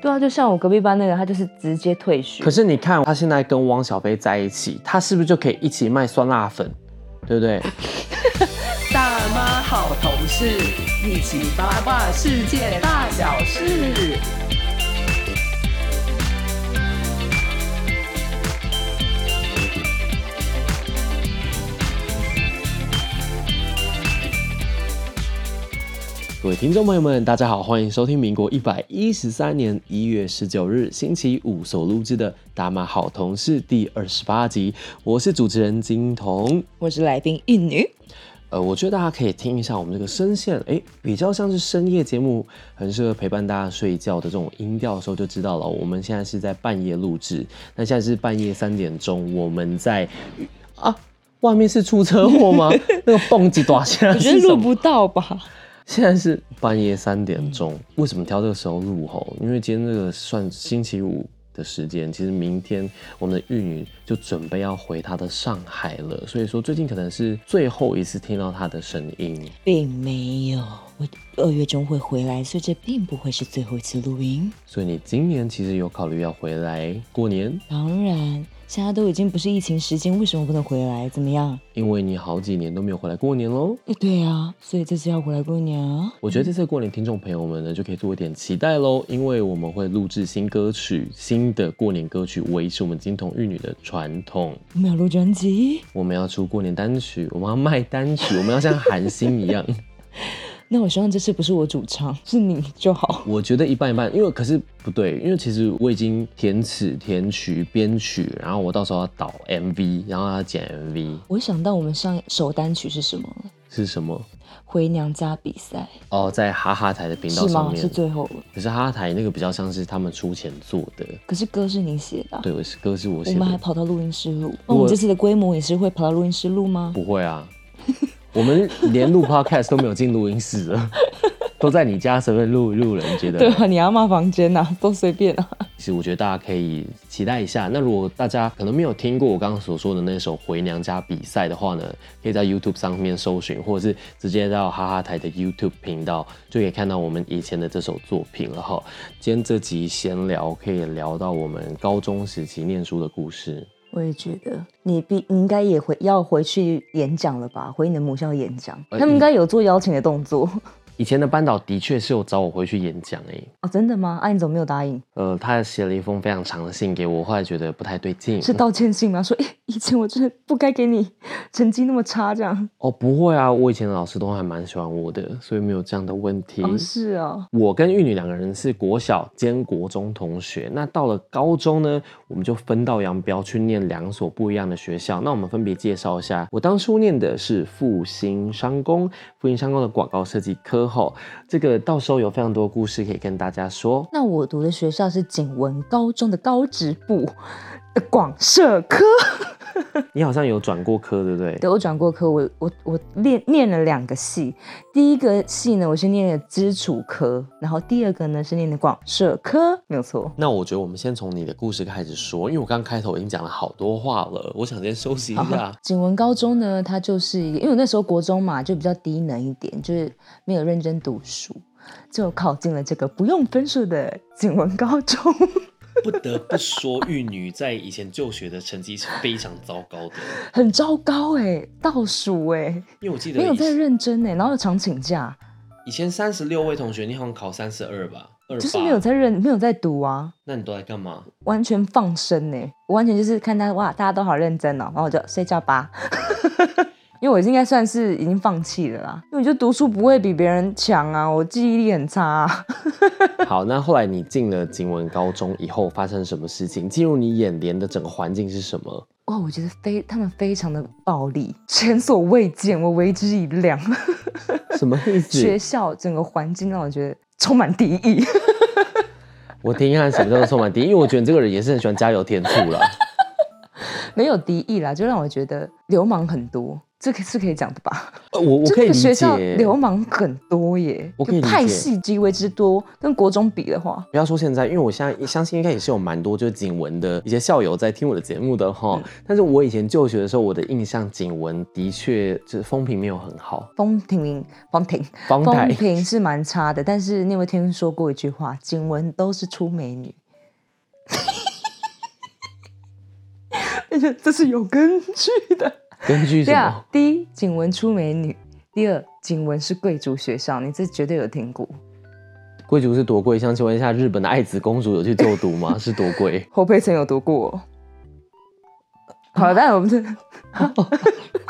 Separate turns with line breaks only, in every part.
对啊，就像我隔壁班那个，他就是直接退学
可。是你看他现在跟汪小菲在一起，他是不是就可以一起卖酸辣粉，对不对？
大妈好同事，一起八卦世界大小事。
各位听众朋友们，大家好，欢迎收听民国一百一十三年一月十九日星期五所录制的《大马好同事》第二十八集，我是主持人金童。
我是来宾一女，
呃，我觉得大家可以听一下我们这个声线，诶，比较像是深夜节目，很适合陪伴大家睡觉的这种音调的时候就知道了。我们现在是在半夜录制，那现在是半夜三点钟，我们在啊，外面是出车祸吗？那个蹦极短现在
我觉
是
得
什
录
么？
不到吧？
现在是半夜三点钟，为什么挑这个时候录吼？因为今天这个算星期五的时间，其实明天我们的玉女就准备要回她的上海了，所以说最近可能是最后一次听到她的声音。
并没有，我二月中会回来，所以这并不会是最后一次录音。
所以你今年其实有考虑要回来过年，
当然，现在都已经不是疫情时间，为什么不能回来？怎么样？
因为你好几年都没有回来过年喽。
诶对啊，所以这次要回来过年啊。
我觉得这次过年，听众朋友们呢就可以做一点期待喽，因为我们会录制新歌曲、新的过年歌曲，维持我们金童玉女的传统。
我们要录专辑，
我们要出过年单曲，我们要卖单曲，我们要像韩星一样。
那我希望这次不是我主唱，是你就好。
我觉得一半一半，因为可是不对，因为其实我已经填词、填曲、编曲，然后我到时候要导 MV，然后要剪 MV
我想到我们上首单曲是什么了，
是什么？
回娘家比赛
哦，在哈哈台的频道
是
上
吗？
面
是。最后了，
可是哈哈台那个比较像是他们出钱做的，
可是歌是你写的啊、
对，我是歌是我
我
写
们还
的，
跑到录音室录。那我们这次的规模也是会跑到录音室录吗？
不会啊，我们连录 podcast 都没有进录音室了， 都在你家随便录一录了，你觉得？
对啊，你阿妈房间呐、啊，都随便啊。
其实我觉得大家可以期待一下。那如果大家可能没有听过我刚刚所说的那首《回娘家》比赛的话呢，可以在 YouTube 上面搜寻，或者是直接到哈哈台的 YouTube 频道，就可以看到我们以前的这首作品了哈。今天这集闲聊可以聊到我们高中时期念书的故事。
我也觉得，你必你应该也回要回去演讲了吧？回你的母校演讲，
呃
他们应该有做邀请的动作
以前的班导的确是有找我回去演讲诶、
哦。真的吗？啊，你怎么没有答应？
呃，他写了一封非常长的信给我，后来觉得不太对劲。
是道歉信吗？说，哎、以前我真的不该给你成绩那么差，这样。
哦，不会啊，我以前的老师都还蛮喜欢我的，所以没有这样的问题。
哦，是哦，
我跟玉女两个人是国小兼国中同学，那到了高中呢，我们就分道扬镳，去念两所不一样的学校。那我们分别介绍一下，我当初念的是复兴商工，复兴商工的广告设计科后，这个到时候有非常多故事可以跟大家说。
那我读的学校是景文高中的高职部的广社科。
你好像有转过科，对不对？
对我转过科，我我我念念了两个系，第一个系呢，我是念的基础科，然后第二个呢是念的广社科，没有错。
那我觉得我们先从你的故事开始说，因为我刚开头已经讲了好多话了，我想先休息一下。
景文高中呢，它就是一个，因为我那时候国中嘛，就比较低能一点，就是没有认真读书，就考进了这个不用分数的景文高中。
不得不说，玉女在以前就学的成绩是非常糟糕的，
很糟糕哎、倒数哎、
因为我记得
没有
以
在认真哎、然后又常请假，
以前三十六位同学，你好像考三十二吧，二八，
就是没有在认，没有在读啊，
那你都在 干嘛？
完全放生呢、我完全就是看他哇，大家都好认真哦、然后我就睡觉吧。 因为我应该算是已经放弃了啦，因为我就读书不会比别人强啊，我记忆力很差、啊。
好，那后来你进了景文高中以后，发生什么事情？进入你眼帘的整个环境是什么？
哇，我觉得非他们非常的暴力，前所未见，我为之一亮。
什么意
学
思？
校整个环境让我觉得充满敌意。
我听一 下什么叫做充满敌意，因为我觉得你这个人也是 很喜欢加油添醋啦。
没有敌意啦，就让我觉得流氓很多。这个是可以讲的吧？
呃我我可
这
以理
个学校
解，
流氓很多耶，
我可以理解
派系极为之多。跟国中比的话，
不要说现在，因为我现在相信应该也是有蛮多就是景文的一些校友在听我的节目的哈。
嗯
但是我以前就学的时候，我的印象景文的确就是风评没有很好，
风评风评
方
风
台
评是蛮差的。但是你有没有听说过一句话？景文都是出美女。 这是有根据的。
根据什
对
么
啊，？第一，景文出美女；第二，景文是贵族学校，你这绝对有听过。
贵族是多贵？想请问一下，日本的爱子公主有去就读 吗？是多贵？
侯佩岑有读过哦、好
嗯
了，但我们这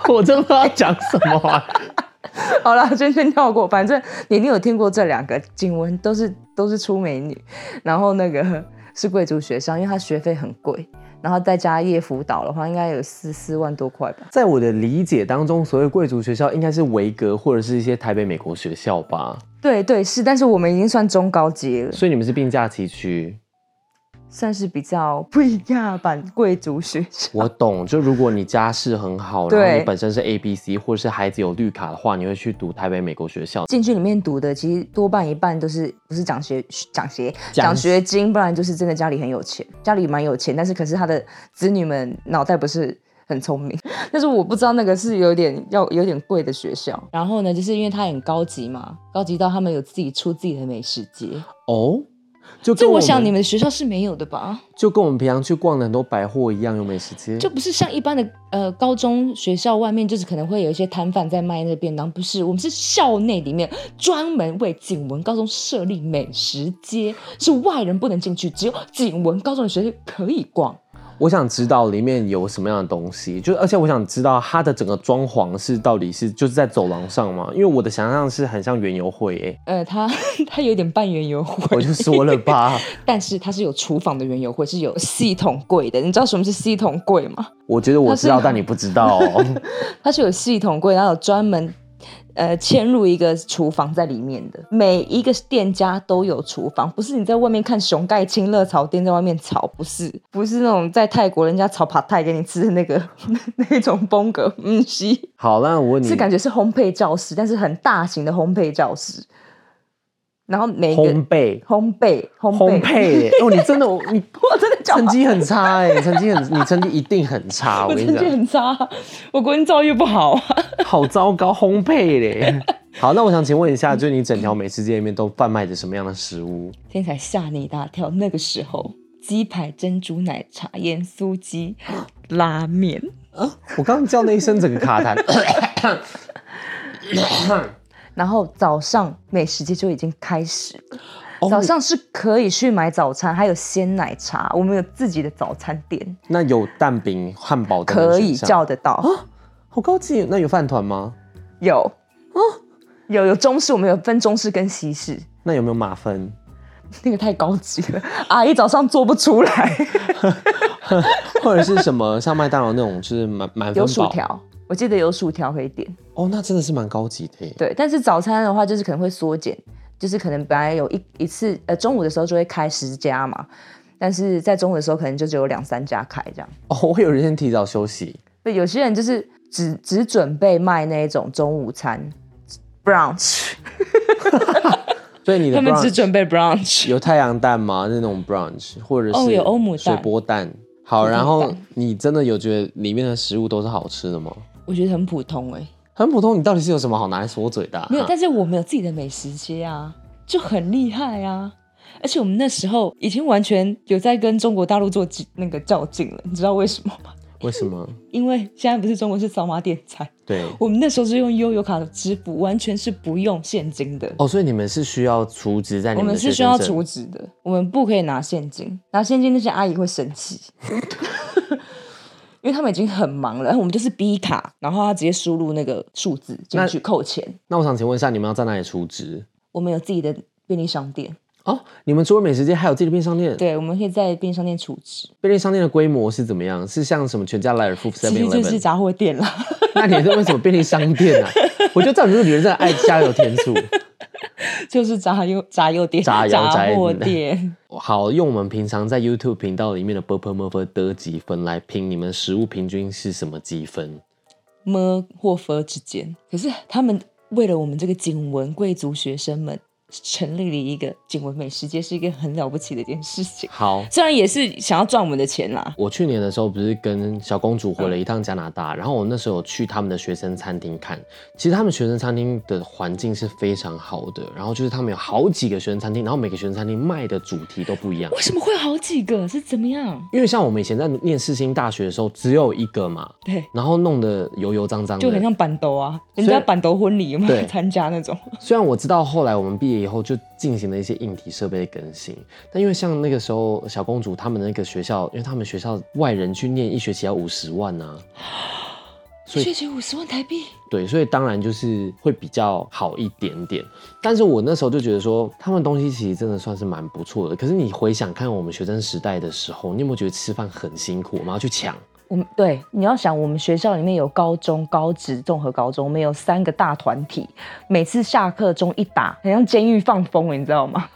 我真的要讲什么啊？
好了，先先跳过。反正你一定有听过这两个，景文都是都是出美女，然后那个 是贵族学校，因为他学费很贵，然后再加夜辅导的话，应该有四四万多块吧。
在我的理解当中，所谓贵族学校应该是维格或者是一些台北美国学校吧，
对对是，但是我们已经算中高阶了，
所以你们是并驾齐驱。
算是比较不一样版贵族学校。
我懂，就如果你家世很好，然后
对
你本身是 A B C，或者是孩子有绿卡的话，你会去读台北美国学校。
进去里面读的，其实多半一半都是不是奖学奖学
奖
奖学金，不然就是真的家里很有钱，家里蛮有钱，但是可是他的子女们脑袋不是很聪明。 但是我不知道那个是有点要有点贵的学校。然后呢，就是因为它很高级嘛，高级到他们有自己出自己的美食街，
哦，就
这
跟我
我
们
想你们学校是没有的吧？
就跟我们平常去逛的很多百货一样，有美食街。
就不是像一般的呃高中学校外面，就是可能会有一些摊贩在卖那个便当，不是，我们是校内里面专门为景文高中设立美食街，是外人不能进去，只有景文高中的学生可以逛。
我想知道里面有什么样的东西，就而且我想知道它的整个装潢是到底是就是在走廊上吗？因为我的想象是很像园游会诶、
呃，他他有点半园游会，
我就说了吧，
但是他是有厨房的园游会，是有系统柜的。你知道什么是系统柜吗？
我觉得我知道，
它是
但你不知道、哦。
它是有系统柜，然后有专门呃嵌入一个厨房在里面的。每一个店家都有厨房，不是你在外面看熊盖清热炒店在外面炒，不是 不是那种在泰国人家炒 扒泰给你吃的那个那种风格，嗯，是
好，那我问你，
是感觉是烘焙教室，但是很大型的烘焙教室。然后每一个
烘焙
烘焙烘
烘
焙，
焙、欸、哦，你真的我你
我真的讲
成绩很差哎、你成绩很你成绩一定很 差，我
我
跟
成
你
绩
讲，
很差，我国文造诣不好啊。
好糟糕，烘焙嘞。好，那我想请问一下，就是你整条美食街里面都贩卖着什么样的食物？
天才吓你一大跳。那个时候，鸡排、珍珠奶茶、盐酥鸡、 拉面，
我刚刚叫那一声整个卡痰，
然后早上美食街就已经开始了。
哦
早上是可以去买早餐，还有鲜奶茶，我们有自己的早餐店，
那有蛋饼、汉堡等等
可
选
以
项
叫得到。
好高级。那有饭团吗？
有哦，有有中式，我们有分中式跟西式，
那有没有马芬？
那个太高级了，阿姨早上做不出来。
或者是什么像麦当劳那种，就是满满分
有
堡
薯条，我记得有薯条可以点。
哦，那真的是蛮高级的耶。
对，但是早餐的话，就是可能会缩减，就是可能本来有一一次，呃，中午的时候就会开十家嘛，但是在中午的时候可能就只有两三家开这样。
哦，我有人先提早休息，
对，有些人就是只只准备卖那一种中午餐 brunch，
所以你的 brunch
准备 brunch。
有太阳蛋吗？那种 brunch 或者是
哦有欧姆蛋
水波蛋。好，
普通
然后
蛋
你真的有觉得里面的食物都是好吃的吗？
我觉得很普通哎、
很普通，你到底是有什么好拿来说嘴的、啊？
没有，但是我们有自己的美食街啊，就很厉害啊。而且我们那时候已经完全有在跟中国大陆做那个较劲了，你知道为什么吗？
为什么？
因为现在不是中国是扫码点餐，
对，
我们那时候是用悠游卡的支付，完全是不用现金的。
哦，所以你们是需要储值在你
我
们
们
的
是
学
需要
生证
储值的，我们不可以拿现金，拿现金那些阿姨会生气， 因为他们已经很忙了。然后我们就是 B 卡，然后他直接输入那个数字进去扣钱。
那我想请问一下，你们要在哪里储值？
我们有自己的便利商店，
哦，你们除了美食街，还有自己的便利商店。
对，我们可以在便利商店储值，
便利商店的规模是怎么样？是像什么全家、莱尔富、
其
Seven
实就是
Eleven？
杂货店啦。
那你是为什么便利商店啊？我就知道你这个女人真的爱加油添醋。
就是炸油炸油店、
炸油炸
杂
油
货
店
店。
好，用我们平常在 YouTube 频道里面的 Burper Murper 得几分来拼你们食物平均是什么积分？
么或 f 之间。可是他们为了我们这个景文贵族学生们，成立了一个景文美食街，是一个很了不起的一件事情。
好，
虽然也是想要赚我们的钱啦，
我去年的时候不是跟小公主回
嗯
了一趟加拿大，然后我那时候有去他们的学生餐厅看，其实他们学生餐厅的环境是非常好的，然后就是他们有好几个学生餐厅，然后每个学生餐厅卖的主题都不一样。
为什么会有好几个？是怎么样？
因为像我们以前在念世新大学的时候，只有一个嘛，
对，
然后弄得油油脏脏的，
就很像板斗啊，人
所
家
以
板斗婚礼有没
对
有参加那种？
虽然我知道后来我们毕业以后就进行了一些硬体设备的更新，但因为像那个时候小公主他们那个学校，因为他们学校外人去念一学期要五十万啊呐、所以
学姐五十万台币，
对，所以当然就是会比较好一点点。但是我那时候就觉得说，他们东西其实真的算是蛮不错的。可是你回想看我们学生时代的时候，你有没有觉得吃饭很辛苦？我们要去抢，
我们对你要想，我们学校里面有高中、高职、综合高中，我们有三个大团体，每次下课钟一打，很像监狱放风，你知道吗？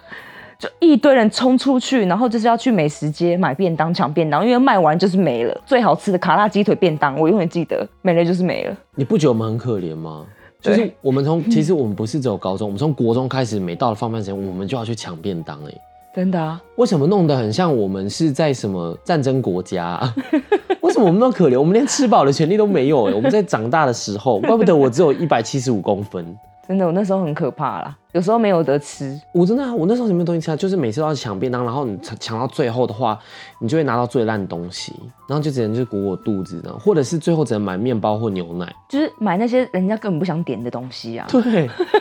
就一堆人冲出去，然后就是要去美食街买便当、抢便当，因为卖完就是没了。最好吃的卡拉鸡腿便当，我永远记得，没了就是没了。
你不觉得我们很可怜吗？就是我们从其实我们不是只有高中，我们从国中开始，每到了放饭时间，我们就要去抢便当哎、欸
真的啊，
为什么弄得很像我们是在什么战争国家、啊？ 为什么我们那么可怜？我们连吃饱的权利都没有、欸、我们在长大的时候，怪不得我只有一百七十五公分。
真的，我那时候很可怕啦，有时候没有得吃，
我真的、啊，我那时候什么东西吃啊，就是每次都要抢便当，然后你抢抢到最后的话，你就会拿到最烂东西，然后就只能就是鼓鼓肚子呢，或者是最后只能买面包或牛奶。
就是买那些人家根本不想点的东西啊。
对，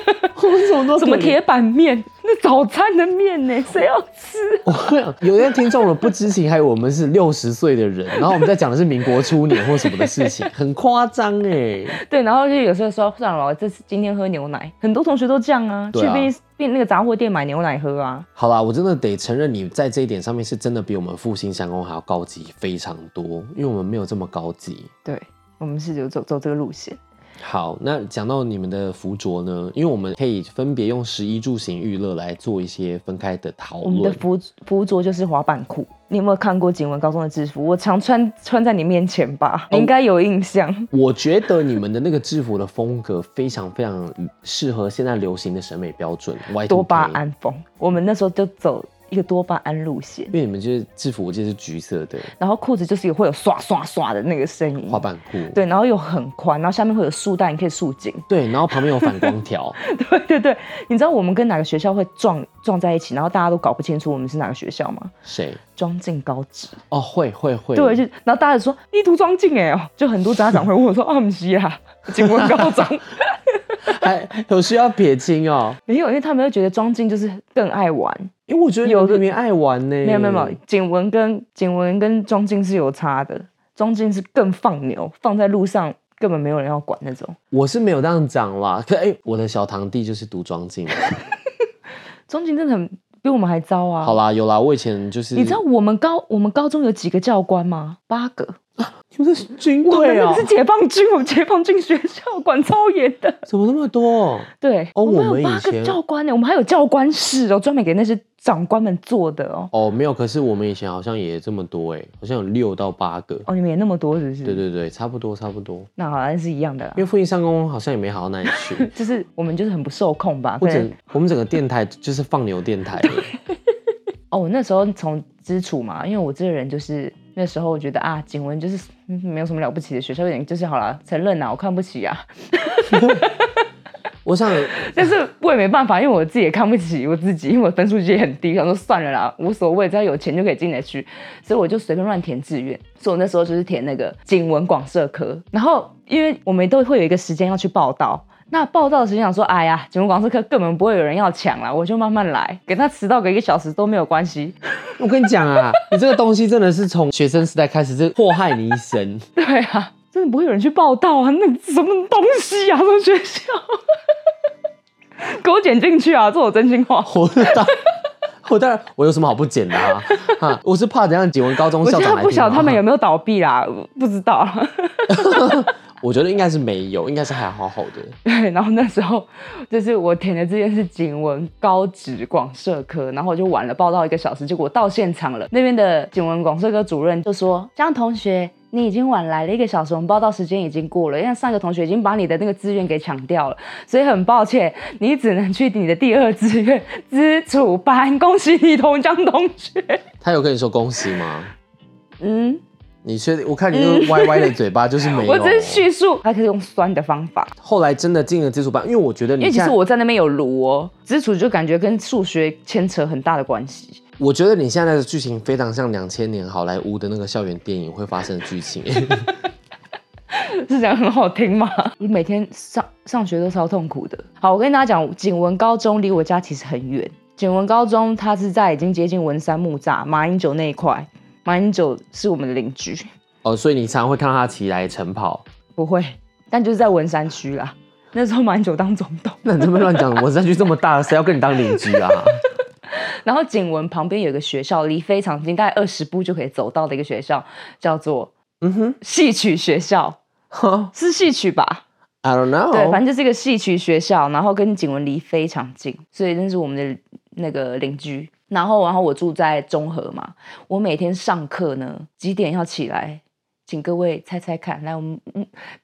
我们什么都
什么铁板面，那早餐的面呢？谁要吃啊？
我跟你讲，有些听众了不知情，还以为我们是六十岁的人，然后我们在讲的是民国初年或什么的事情， 很夸张哎。
对，然后就有时候说算了，我这次今天喝牛奶，很多同学都这样啊，去
对啊
便利便那个杂货店买牛奶喝啊。
好啦，我真的得承认，你在这一点上面是真的比我们复兴三公还要高级非常多，因为我们没有这么高级。
对，我们是有走走这个路线。
好，那讲到你们的服着呢，因为我们可以分别用食衣住行娱乐来做一些分开的讨
我们的
论。
服服着就是滑板裤，你有没有看过景文高中的制服？我常穿穿在你面前吧，
哦
你应该有印象。
我觉得你们的那个制服的风格非常非常适合现在流行的审美标准，Y2K
多巴。胺风，我们那时候就走一个多巴胺路线
因，为你们就是制服，我记得是橘色的
然后裤子就是有会有刷刷刷的那个声音
滑。板裤，
嗯对，然后又很宽，然后下面会有束带，你可以束紧。
对，然后旁边有反光条，
对 对对，你知道我们跟哪个学校会撞撞在一起，然后大家都搞不清楚我们是哪个学校吗？
谁？
庄敬高职，
哦，会会会，
对，就然后大家就说你读庄敬哎哦， 就很多家长会问我说 啊不是啊，景文高中
还哎有需要撇清哦。
没有，因为他们会觉得庄敬就是更爱玩，
因为我觉得有
有的
的面爱玩呢、
没有没有没有，景文跟景文跟庄敬是有差的，庄敬是更放牛，放在路上根本没有人要管那种，
我是没有这样讲啦。可哎、我的小堂弟就是读装进的。
庄敬真的很比我们还糟啊。
好啦，有啦，我以前就是
你知道我们高我们高中有几个教官吗？八个。
你们是军
我们
队
那
啊、
个是解放军，我们解放军学校管超严的。
怎么那么多？
对，
哦我们
有八
以前
个教官呢，欸我们还有教官室哦，专门给那些长官们做的哦。
哦，没有，可是我们以前好像也这么多哎、好像有六到八个。
哦，你们也那么多是不是？
对。对对，差不多差不多。
那好像是一样的啦，
因，为复印上工好像也没好到哪里去
就是我们就是很不受控吧。
我
可能
整我们整个电台就是放牛电台欸。
哦，我那时候从知楚嘛，因为我这个人就是那时候我觉得啊，景文就是、嗯没有什么了不起的学校，有点就是好了，承认啦，我看不起啊。
我想
但是我也没办法，因为我自己也看不起我自己，因为我分数也很低，想说算了啦，无所谓，只要有钱就可以进得去，所以我就随便乱填志愿。所以我那时候就是填那个景文广社科，然后因为我们都会有一个时间要去报道。那报道的时间想说，哎呀，景文广社科根本不会有人要抢啦，我就慢慢来，给他迟到个一个小时都没有关系。
我跟你讲啊，你这个东西真的是从学生时代开始，这祸害你一生。
对啊，真的不会有人去报道啊，那什么东西啊，这种学校， 给我剪进去啊，这我真心话。
我当，我当然，我有什么好不剪的啊？哈，我是怕等下景文高中
我
校
现
长
在
来
不
听
晓
啊
得
到
他们有，没有倒闭啦， 不知道。
我觉得应该是没有，应该是还好好的。
对，然后那时候就是我填的这件是景文高职广社科，然后我就晚了报到一个小时，结果我到现场了，那边的景文广社科主任就说：“江同学，你已经晚来了一个小时，我们报到时间已经过了，因为上一个同学已经把你的那个志愿给抢掉了， 所以很抱歉，你只能去你的第二志愿资处班。恭喜你，同江同学。
他有跟你说恭喜吗？
嗯，
你确定？我看你那个歪歪的嘴巴就是 没有。
我只是叙述，他可以用酸的方法，
后来真的进了基础班，因为我觉得
因
你
为其
现
实
在，
我在那边有炉哦，资处就感觉跟数学牵扯很大的关系。
我觉得你现在的剧情非常像两千年好莱坞的那个校园电影会发生的剧情。
是讲很好听吗？你每天上上学都超痛苦的。好，我跟大家讲，景文高中离我家其实很远。景文高中它是在已经接近文山木栅、马英九那一块。马英九是我们的邻居，
哦，所以你常常会看到他骑来晨跑。
不会， 但就是在文山区啦。那时候马英九当总统，
那你这么乱讲，我山区这么大，谁要跟你当邻居啊？
然后景文旁边有一个学校，离非常近，大概二十步就可以走到的一个学校，叫做
嗯哼
戏曲学校，
哈
是戏曲吧？
，I don't
对，反正
know。
就是一个戏曲学校，然后跟景文离非常近，所以那是我们的那个邻居。然后，然后我住在中和嘛，我每天上课呢，几点要起来？请各位猜猜看，来，我们、嗯、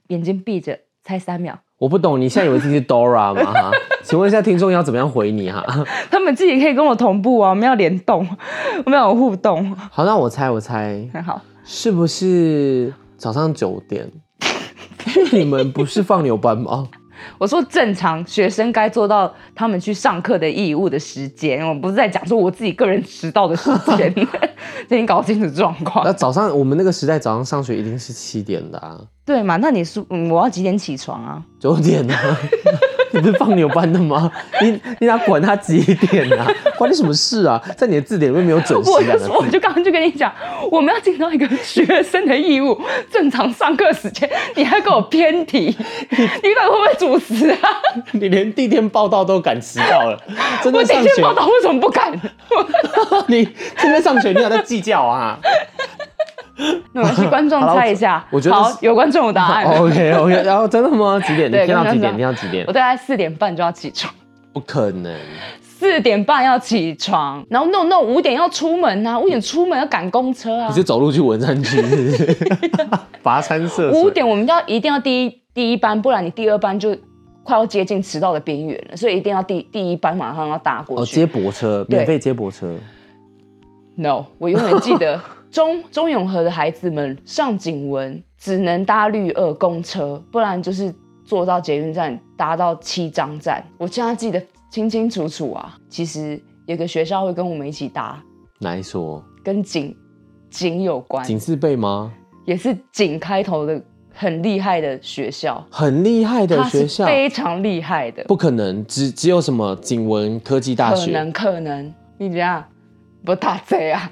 眼睛闭着猜三秒，
我不懂，你现在以为自己是 Dora 吗？哈请问一下听众要怎么样回你哈、
他们自己可以跟我同步啊，我们要联动， 我们要有互动，
好，那我猜，我猜
很好。
是不是早上九点？ 因为你们不是放牛班吗？
我说正常学生该做到他们去上课的义务的时间，我不是在讲说我自己个人迟到的时间， 先搞清楚状况
那。早上我们那个时代早上上学一定是七点的啊，
对嘛？那你是、嗯、我要几点起床啊？
九点啊。 你不是放牛班的吗？你你哪管他几点啊？关你什么事啊？在你的字典里面没有准
我
时啊两
就
个
说，我
字。
就刚刚就跟你讲，我们要尽到一个学生的义务，正常上课时间，你还给我偏 题，你到底会不会主持啊？
你连地天报道都敢迟到了，真
我
的
今
上
天
学
报道为什么不 敢？
你真的上学你有在计较 啊？
那我去观众
好了我
猜一下，
我觉得
好
是，
有观众有答案。
OK OK，然后真的吗？几点？你
对
听到几
刚
点？
刚
听到几点
我？大概四点半就要起床，
不可能，
四点半要起床，然后 no no 五点要出门啊，五点出门要赶公车啊
你，是走路去文山区是不 是？跋山涉水。
五点我们要一定要第一第一班，不然你第二班就快要接近迟到的边缘了，所以一定要第第一班马上要搭过
哦，
去。
接驳车，
对
免费接驳车。
No，我永远记 得中中永和的孩子们上景文只能搭绿二公车，不然就是坐到捷运站搭到七张站。我现在记得清清楚楚啊。其实有个学校会跟我们一起搭，
哪一所？
跟景景有关，
警示背吗？
也是景开头的很厉害的学校，
很厉害的
它是
学校，
非常厉害的，
不可能，只只有什么景文科技大
可
学。
能可能你怎样不大贼啊？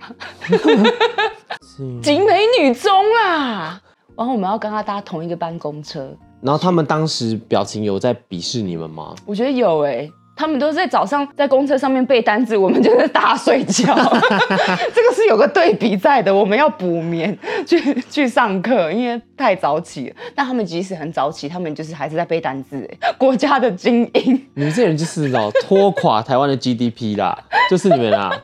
嗯
景美女中啦。然后我们要跟她搭同一个班公车，
然后他们当时表情有在鄙视你们吗？
我觉得有哎、他们都是在早上在公车上面背单子，我们就是大睡觉。 这个是有个对比在的，我们要补眠去去上课，因为太早起了。但他们即使很早起，他们就是还是在背单字、欸。国家的精英，
你们这些人就是老拖垮台湾的 GDP 啦， 就是你们啦。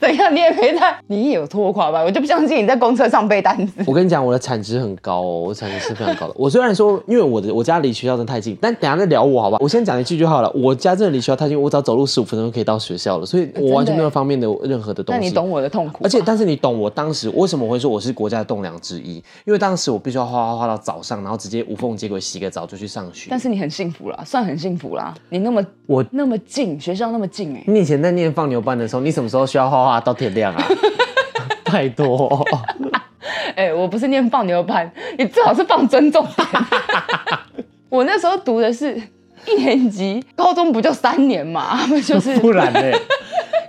怎样你也没在，你也有拖垮吧？我就不相信你在公车上背单字。
我跟你讲，我的产值很高哦，我产值是非常高的。我虽然说，因为我的我家离学校真的太近，但等一下再聊我好吧。我先讲一句就好了，我家真的离学校太近，我只要走路十五分钟就可以到学校了，所以我完全没有方面的任何的东
那
西。
你懂我的痛苦吧，
而且，但是你懂我当时为什么我会说我是国家的栋梁之一？因为当时我必须要画画画到早上，然后直接无缝接轨，洗个澡就去上学。
但是你很幸福啦，算很幸福啦。你那么
我
那么近，学校那么近哎、
你以前在念放牛班的时候，你什么时候需要画画到天亮啊？太多、
哎、我不是念放牛班，你最好是放尊重 点。我那时候读的是一年级，高中不就三年嘛，他们就是
不然呢、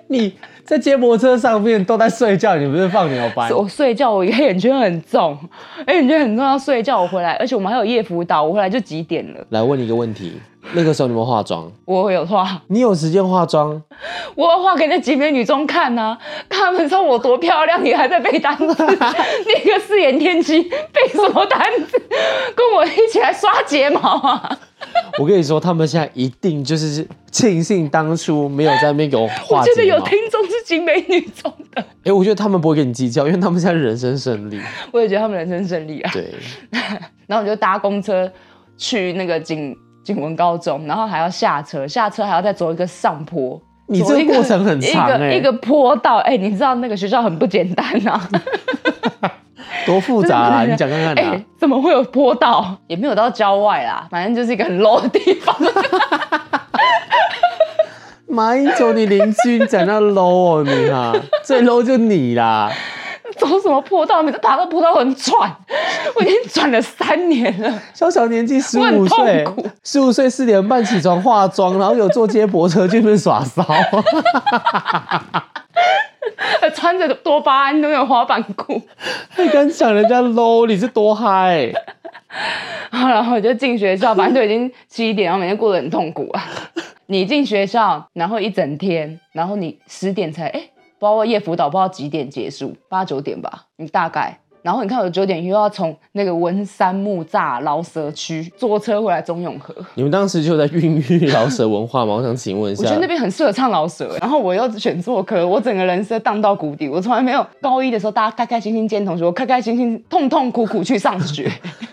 你在接驳车上面都在睡觉，你不是放牛班？
我睡觉，我黑眼圈很重，黑眼圈很重要，睡觉我回来，而且我们还有夜辅导，我回来就几点了，
来问你一个问题，那个时候你有没有 化妆？
我有画，
你有时间化妆？
我有画给那几美女中看呐、她们说我多漂亮，你还在背单词， 那个四眼天机背什么单词，跟我一起来刷睫毛啊，
我跟你说，他们现在一定就是庆幸当初没有在那边给我
我
画
觉得
睫
有
毛。
听众是级美女中的。
哎、我觉得他们不会跟你计较，因为他们现在人生胜利。
我也觉得他们人生胜利啊。
对，
然后我就搭公车去那个景景文高中，然后还要下车，下车还要再走一个上坡。
你
走
这
一
个过程很长哎、
一个一个坡道，哎、你知道那个学校很不简单 啊，
多复杂啊！你讲看看
哎、
啊。
怎么会有坡道？也没有到郊外啦，反正就是一个很 low 的地方。
马英九，你邻居你讲到 low 哦，你啊，最 low 就你啦。
走什么坡道？每次爬到坡道我很喘， 我已经喘了三年了。
小小年纪十
我很
五
痛
岁
苦，
十五岁四点半起床化妆，然后有坐接驳车去那边耍骚。
穿着多巴胺的那种滑板裤。
还敢讲人家 low，你是多嗨？
好然后我就进学校，反正都已经七点，然后每天过得很痛苦啊。 你进学校，然后一整天，然后你十点才哎，包括夜辅导不知道几点结束，八九点吧，你大概。然后你看我九点又要从那个文山木栅饶舌区坐车回来中永和，
你们当时就在孕育老舍文化吗？我想请问一
我
下
觉得，那边很适合唱饶 舌，然后我又选错科，我整个人是荡到谷底。我从来没有高一的时候，大家开开心心见同学，我开开心心、痛痛苦苦去上 学。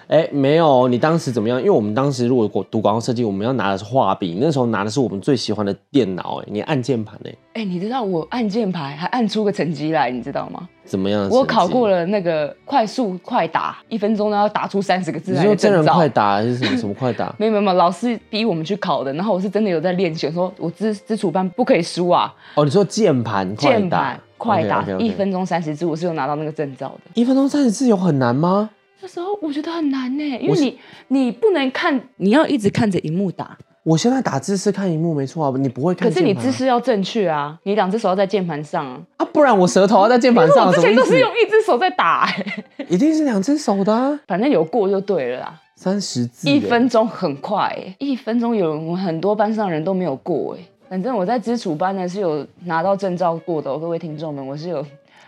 哎、没有，你当时怎么样？因为我们当时如果读广告设计，我们要拿的是画笔，那时候拿的是我们最喜欢的电脑，哎，你按键盘，哎，
哎、你知道我按键盘还按出个成绩来，你知道吗？
怎么样？
我考过。了那个快速快答，一分钟呢要答出三十个字
你
来
说
的
真
证
人
照？
快。打还是什么什么快打
没有没有没有，老师逼我们去考的，然后我是真的有在练习，我说我自自主班不可以输啊，
哦，你说键盘快打，
键盘快答
OK，OK，OK
一分钟三十字，我是有拿到那个证照的。
一分钟三十字有很难吗？
那时候我觉得很难呢，因
我
为
是
你你不能看，你要一直看着荧幕打，
我现在打字是看荧幕没错啊，你不会看
可是
键盘啊、
你姿势要正确啊，你两只手要在键盘上啊。
啊，不然我舌头要在键盘
可是
上，
我之
什
前
么意
都是
思
用一只手在打、欸，
一定是两只手的、啊，
反正有过就对了啦。
三十字哎
一
耶
分钟很快、欸，一分钟有人很多班上人都没有过哎、反正我在基础班呢是有拿到证照过的、哦，各位听众们，我是有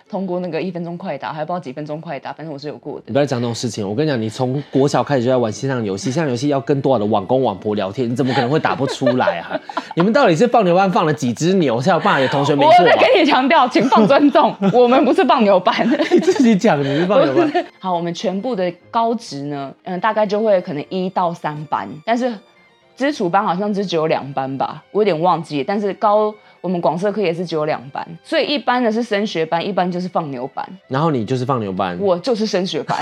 通过那个一分钟快答，还不知道几分钟快答，反正我是有过的
你。不要讲这种事情，我跟你讲，你从国小开始就在玩线上游戏，线上游戏要跟多少的网公网婆聊天，你怎么可能会打不出来啊？你们到底是放牛班放了几只牛，才有办法有同学没
我
错啊
在
吧？
跟你强调，请放尊 重，我们不是放牛班。
你自己讲你是放牛班，
好，我们全部的高职呢，嗯，大概就会可能一到三班，但是基础班好像只只有两班吧，我有点忘记。但是高我们广社科也是只有两班，所以一班呢是升学班，一班就是放牛班。
然后你就是放牛班。
我就是升学班，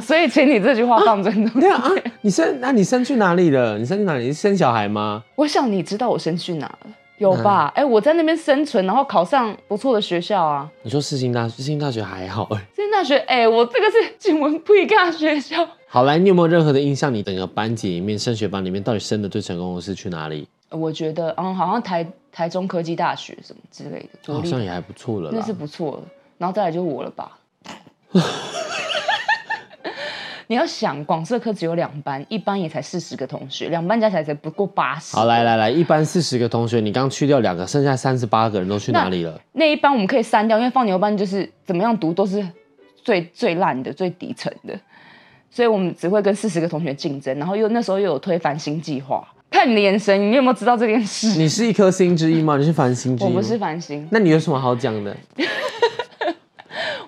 所以请你这句话放尊重。
对啊，啊你生那、你生去哪里了？你生去哪里？你是生小孩吗？
我想你知道我升去哪了。有吧？哎、我在那边生存，然后考上不错的学校啊。
你说世新大世新大学还好哎、
这大学，哎、我这个是景文不一样学校。
好来，你有没有任何的印象？你整个班级里面，升学班里面，到底升的最成功的是去哪里？
我觉得，嗯，好像台台中科技大学什么之类的，国
好
立
像也还不错了啦。
那是不错的。然后再来就是我了吧。 你要想，广社科只有两班，一班也才四十个同学，两班加起来才不过八十。
好，来来来，一班四十个同学，你刚去掉两个，剩下三十八个人都去哪里了？
那一班我们可以删掉，因为放牛班就是怎么样读都是最最烂的、最底层的，所以我们只会跟四十个同学竞争。然后又那时候又有推翻新计划，看你的眼神，你有没有知道这件事？
你是一颗星之一吗？你是繁星之一
我
吗？
不是。繁星，
那你有什么好讲的？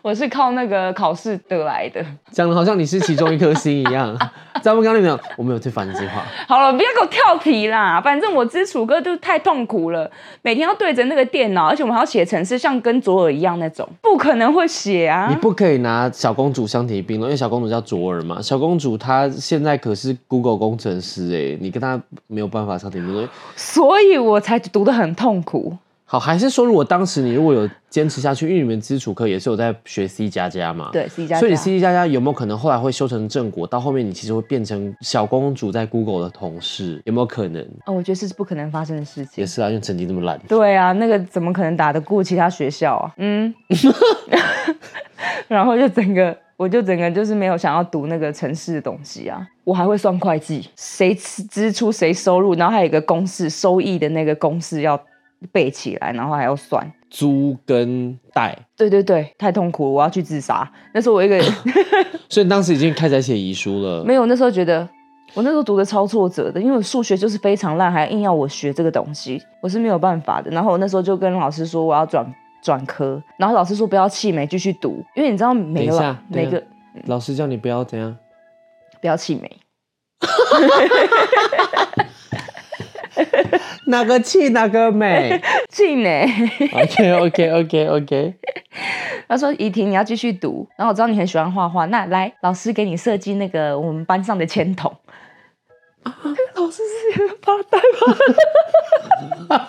我是靠那个考试得来的。
讲的好像你是其中一颗星一样。 在我们刚刚没有，我没有推繁星化。
好了，不要给我跳题啦！反正我知楚哥就太痛苦了，每天要对着那个电脑，而且我们还要写程式，像跟左耳一样那种，不可能会写
你
啊！
不可以拿小公主相提并论，因为小公主叫卓尔嘛。小公主她现在可是 Google 工程师哎、你跟她没有办法相提并论。
所以我才读得很痛苦。
好，还是说如果当时你如果有坚持下去，因为你们基础课也是有在学 C 加加嘛。。
对，C 加加，
所以你 C D 加加有没有可能后来会修成正果？到后面你其实会变成小公主在 Google 的同事，有没有可能？
哦，我觉得这是不可能发生的事
也
情。
是啊，因为成绩这么烂。
对啊，那个怎么可能打得过其他学校啊？嗯，然后就整个，我就整个就是没有想要读那个城市的东西啊。我还会算会计，谁支支出谁收入，然后还有一个公式，收益的那个公式要背起来，然后还要算。
租跟贷，
对对对，太痛苦了，我要去自杀。那时候我一个
所以你当时已经开始在写遗书了。
没有，那时候觉得我那时候读的超挫折的，因为我数学就是非常烂，还硬要我学这个东西，我是没有办法的。然后我那时候就跟老师说我要转转科，然后老师说不要气馁，继续读，因为你知道每个
等一
老
下啊
每
等
个
一老师叫你不要怎样？
不要气馁，
哪个气哪个 美
气馁。
？OK OK OK OK，
他说怡婷你要继续读，然后我知道你很喜欢画画，那来老师给你设计那个我们班上的铅筒。老师是一个发呆吗？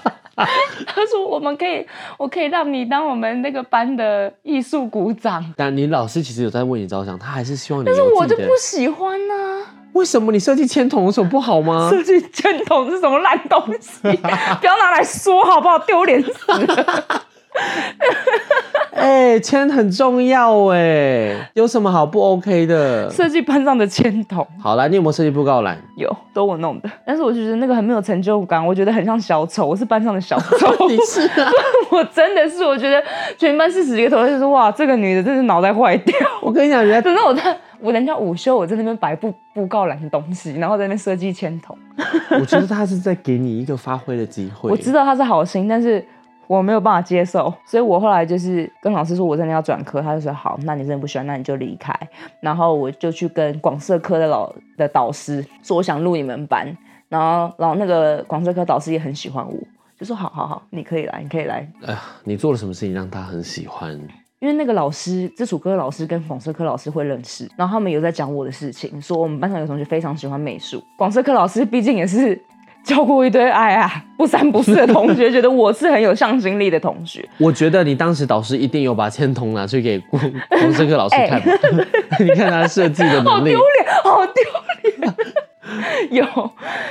他说我们可以，我可以让你当我们那个班的艺术股长，
但你老师其实有在为你着想，他还是希望你
但是
有
我
自
就
己的
不喜欢啊呢、
为什么你设计铅筒有什么不好吗？
设计铅筒是什么烂东 西？不要拿来说好不好？丢脸死了！
哎、铅很重要哎，有什么好不 OK 的？
设计班上的铅筒
好啦，你有没有设计布告栏？
有都我弄的，但是我就觉得那个很没有成就感，我觉得很像小丑，我是班上的小丑。
你是啊，
我真的是，我觉得全班四十个头就说哇，这个女的真是脑袋坏掉。
我跟你讲，人家
等到我在我人家午休，我在那边摆布布告栏的东西，然后在那边设计铅筒。
我觉得他是在给你一个发挥的机会。
我知道他是好心，但是我没有办法接受，所以我后来就是跟老师说我真的要转科，他就说好，那你真的不喜欢，那你就离开。然后我就去跟广社科的老的导师说我想录你们班，然后然后那个广社科导师也很喜欢我，就说好好好，你可以来，你可以来。
哎呀，你做了什么事情让他很喜欢？
因为那个老师，这首歌的老师跟广社科老师会认识，然后他们有在讲我的事情，说我们班上有同学非常喜欢美术。广社科老师毕竟也是 教过一堆哎呀不三不四的同学，觉得我是很有向心力的同学。
我觉得你当时导师一定有把铅筒拿去给郭郭这个老师看吧， 你看他设计的
哎好
能力
丢。脸，好丢脸！ 有，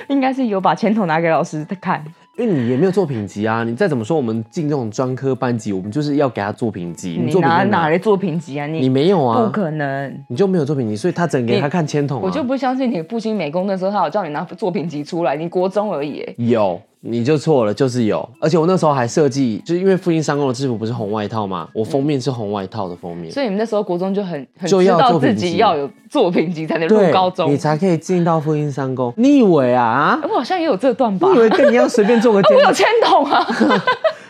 应该是有把铅筒拿给老师看。
因为你也没有作品集啊，你再怎么说，我们进这种专科班级，我们就是要给他作品集。
你
作品
拿
在
哪？来作品集啊？
你
你
没有
不
啊，
可能。
你就没有作品集，所以他只能给
你
他看铅筒、啊。
我就不相信你复兴美工那时候，他有叫你拿作品集出来，你国中而已欸。
有，你就错了，就是有。而且我那时候还设计，就是因为复印三公的制服不是红外套吗？我封面是红外套的封面，
所以你们那时候国中就很很
就
知
要
道
作品
自
集
己要有作品集才能
对，
入高中
你。才可以进到复印三公。你以为啊？
哎我好像也有这段吧
你以？为跟你一样随 便做个
我有签
监
筒啊，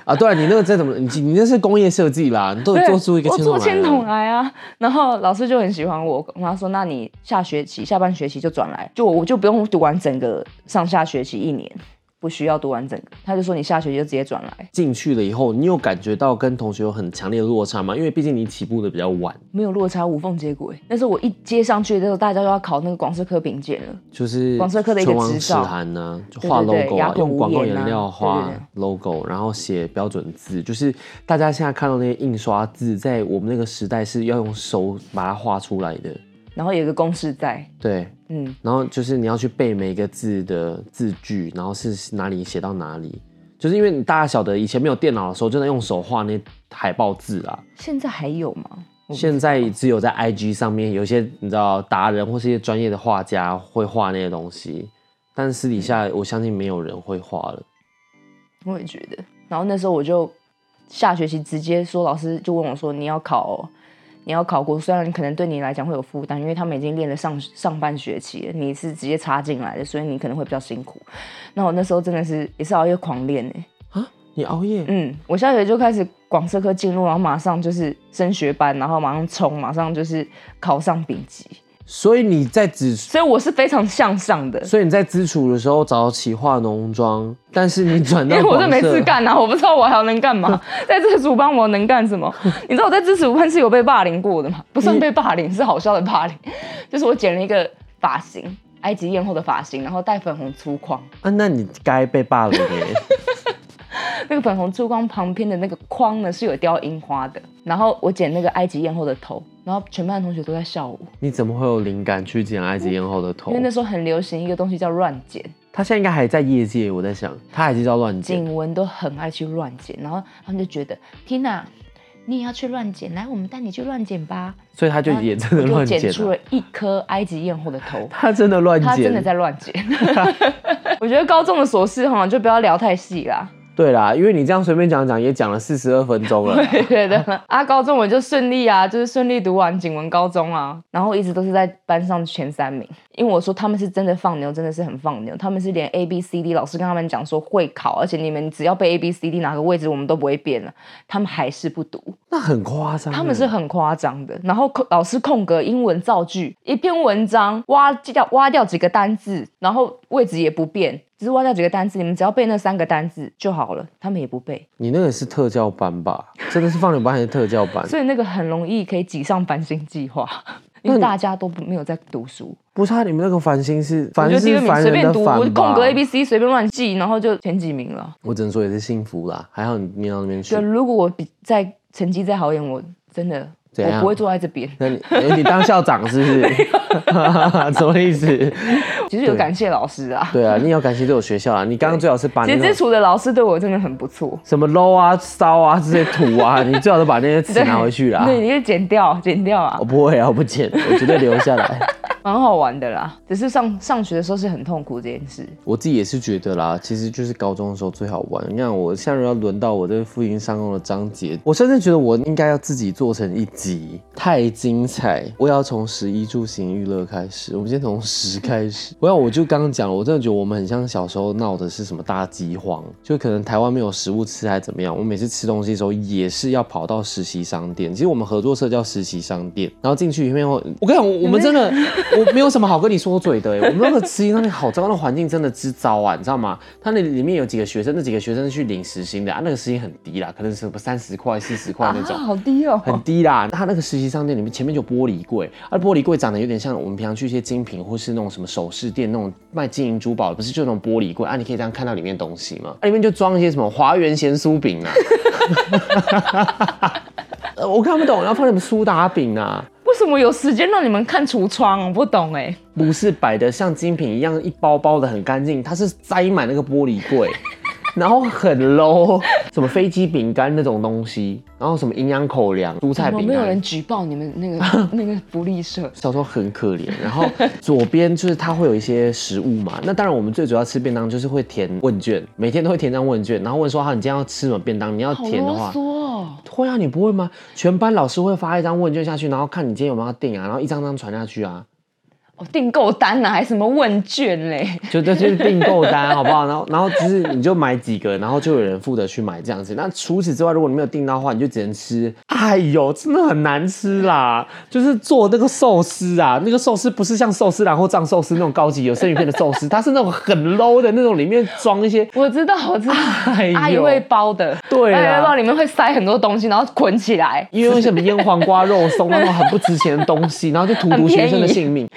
啊？对啊，你那个真怎么？你你那是工业设计啦，你都有
对
做出一个
我
签筒
做
来
签
了
筒来啊。然后老师就很喜欢我，然后说：“那你下学期、下半学期就转来，就我我就不用读完整个上下学期一年，不需要读完整个。”他就说：“你下学期就直接转来，
进去了以后，你有感觉到跟同学有很强烈的落差吗？因为毕竟你起步的比较晚，
没有落差，无缝接轨。”但是我一接上去的时候，大家又要考那个广式科丙检了。
就是
广设科的一个
唇亡
执
齿
照
寒呐、就
对
画
对对
logo 啊
哑，口
用
无
广告
言
颜
啊
料
对
画
对对
logo，然后写标准字，就是大家现在看到那些印刷字，在我们那个时代是要用手把它画出来的，
然后有一个公式在，
对。
嗯，
然后就是你要去背每一个字的字句，然后是哪里写到哪里，就是因为你大家晓得以前没有电脑的时候，就能用手画那海报字啊。
现在还有吗？我不
现在只有在 IG 上面有一些你知道达人或是一些专业的画家会画那些东西，但私底下我相信没有人会画了。
我也觉得。然后那时候我就下学期直接说，老师就问我说：“你要考，你要考过，虽然可能对你来讲会有负担，因为他们已经练了上上半学期了，你是直接插进来的，所以你可能会比较辛苦。”那我那时候真的是也是熬夜狂练哎、
你熬夜，
嗯，我下学期就开始广社科进入，然后马上就是升学班，然后马上冲，马上就是考上丙级，
所以你在只，
所以我是非常向上的。
所以你在资处的时候早起化浓妆，但是你转
因
到
为 我
广
这
社，
没事干啊，我不知道我还能干嘛。在这组帮我能干什么？你知道我在这组班是有被霸凌过的吗？不算被霸凌，是好笑的霸凌，就是我剪了一个发型，埃及艳后的发型，然后戴粉红粗框，
啊，那你该被霸凌耶。
那个粉红粗框旁边的那个框呢是有雕樱花的，然后我剪那个埃及艳后的头，然后全班的同学都在笑我，
你怎么会有灵感去剪埃及艳后的头
因为？那时候很流行一个东西叫乱剪，
他现在应该还在业界，我在想，他还是叫乱剪。
景文都很爱去乱剪，然后他们就觉得 Tina，你也要去乱剪，来我们带你去乱剪吧。
所以他就也真
我
的
就
乱剪
剪出
了。
了。一颗埃及艳后的头
他真 的乱
他真的
剪，
在乱剪，我觉得高中的琐事哈，就不要聊太细啦。
对啦，因为你这样随便讲讲也讲了四十二分 钟了啦，
对的啊，高中我就顺利啊，就是顺利读完景文高中啊，然后一直都是在班上前三名。因为我说他们是真的放牛，真的是很放牛，他们是连 A B C D 老师跟他们讲说会考，而且你们只要背 A B C D 哪个位置我们都不会变了，他们还是不读，
那很夸张欸。
他们是很夸张的。然后空老师空格英文造句，一篇文章挖掉挖掉几个单字，然后位置也不变，只是挖掉几个单字，你们只要背那三个单字就好了，他们也不背。
你那个是特教班吧？真的是放牛班还是特教 班？
所以那个很容易可以挤上繁星计划，因
那
为
你
大家都不没有在读书。
不是啊，你们那个繁星是
我
繁
觉得第
是
二名
凡
随
人
便
的
读，
凡
我
吧
空格 A B C 随便乱记，然后就前几名了。
我只能说也是幸福啦，还好你念到那边去
就。如果我比再成绩再好一点，我真的
怎样
我不会坐在这边。
那你、 哎你当校长是不是？ 什么意思？
其实有
对
感谢老师啊，
对啊，你也要感谢这所学校啊。你刚刚最好是把那
节
种
制处的老师对我真的很不错。
什么 low 啊、骚啊这些土啊，你最好都把那些词
对
拿回去啦。
对，你就剪掉，剪掉啊
我，不会啊，我不剪，我绝对留下来。
蛮好玩的啦。只是上上学的时候是很痛苦这件事。
我自己也是觉得啦，其实就是高中的时候最好玩。你看，我现在要轮到我这个复印上工的章节，我甚至觉得我应该要自己做成一集，太精彩。我也要从十一住行娱乐开始，我们先从十开始。 不要，我就刚刚讲了，我真的觉得我们很像小时候闹的是什么大饥荒，就可能台湾没有食物吃还怎么样。我每次吃东西的时候也是要跑到实习商店，其实我们合作社叫实习商店，然后进去里面后，我跟你讲，我我们真的 我没有什么好跟你说嘴的、 欸，我们那个实习商店好糟糕，那环境真的之糟啊，你知道吗？它那里面有几个学生，那几个学生是去领实薪的啊，那个时薪很低啦，可能是三十块、四十块那种。
好低哦，
很低啦。它那个实习商店里面前面就有玻璃柜，而玻璃柜长得有点像我们平常去一些精品或是那种什么首饰店那种卖金银珠宝的，不是就那种玻璃柜啊？你可以这样看到里面东西吗？啊、里面就装一些什么华园咸酥饼啊。 呃我看不懂，然后放什么苏打饼啊，
为什么有时间让你们看橱窗？我不懂哎、
不是摆的像精品一样一包包的很干净，它是塞满那个玻璃柜， 然后很 low，什么飞机饼干那种东西，然后什么营养口粮、蔬菜
怎么
饼
没
干，
有人举报你们那 个那个福利社？
小时候很可怜。然 后左边就是它会有一些食物嘛，那当然我们最主要吃便当就是会填问卷，每天都会填张问卷，然后问说好你今天要吃什么便当，你要
好
填的
啰
话。
嗦哦，
会啊，你不会吗？全班老师会发一张问卷下去，然后看你今天有没有要订啊，然后一张张传下去啊，
哦订购单啊，还什么问卷 嘞？
就这就是订购单，好不好？然 后然后就是你就买几个，然后就有人负责去买这样子。那除此之外，如果你没有订到的话，你就只能吃。哎呦，真的很难吃啦！就是做那个寿司啊，那个寿司不是像寿司然后藏寿司那种高级有生鱼片的寿司，它是那种很 low 的那种，里面装一些。
我知道，我知道，
哎呦
阿姨会包的，
对
阿
啊哦
姨会包
啦，
里面会塞很多东西，然后捆起来。
因为什么腌黄瓜、肉松那种很不值钱的东西，然后就荼毒学生的性命，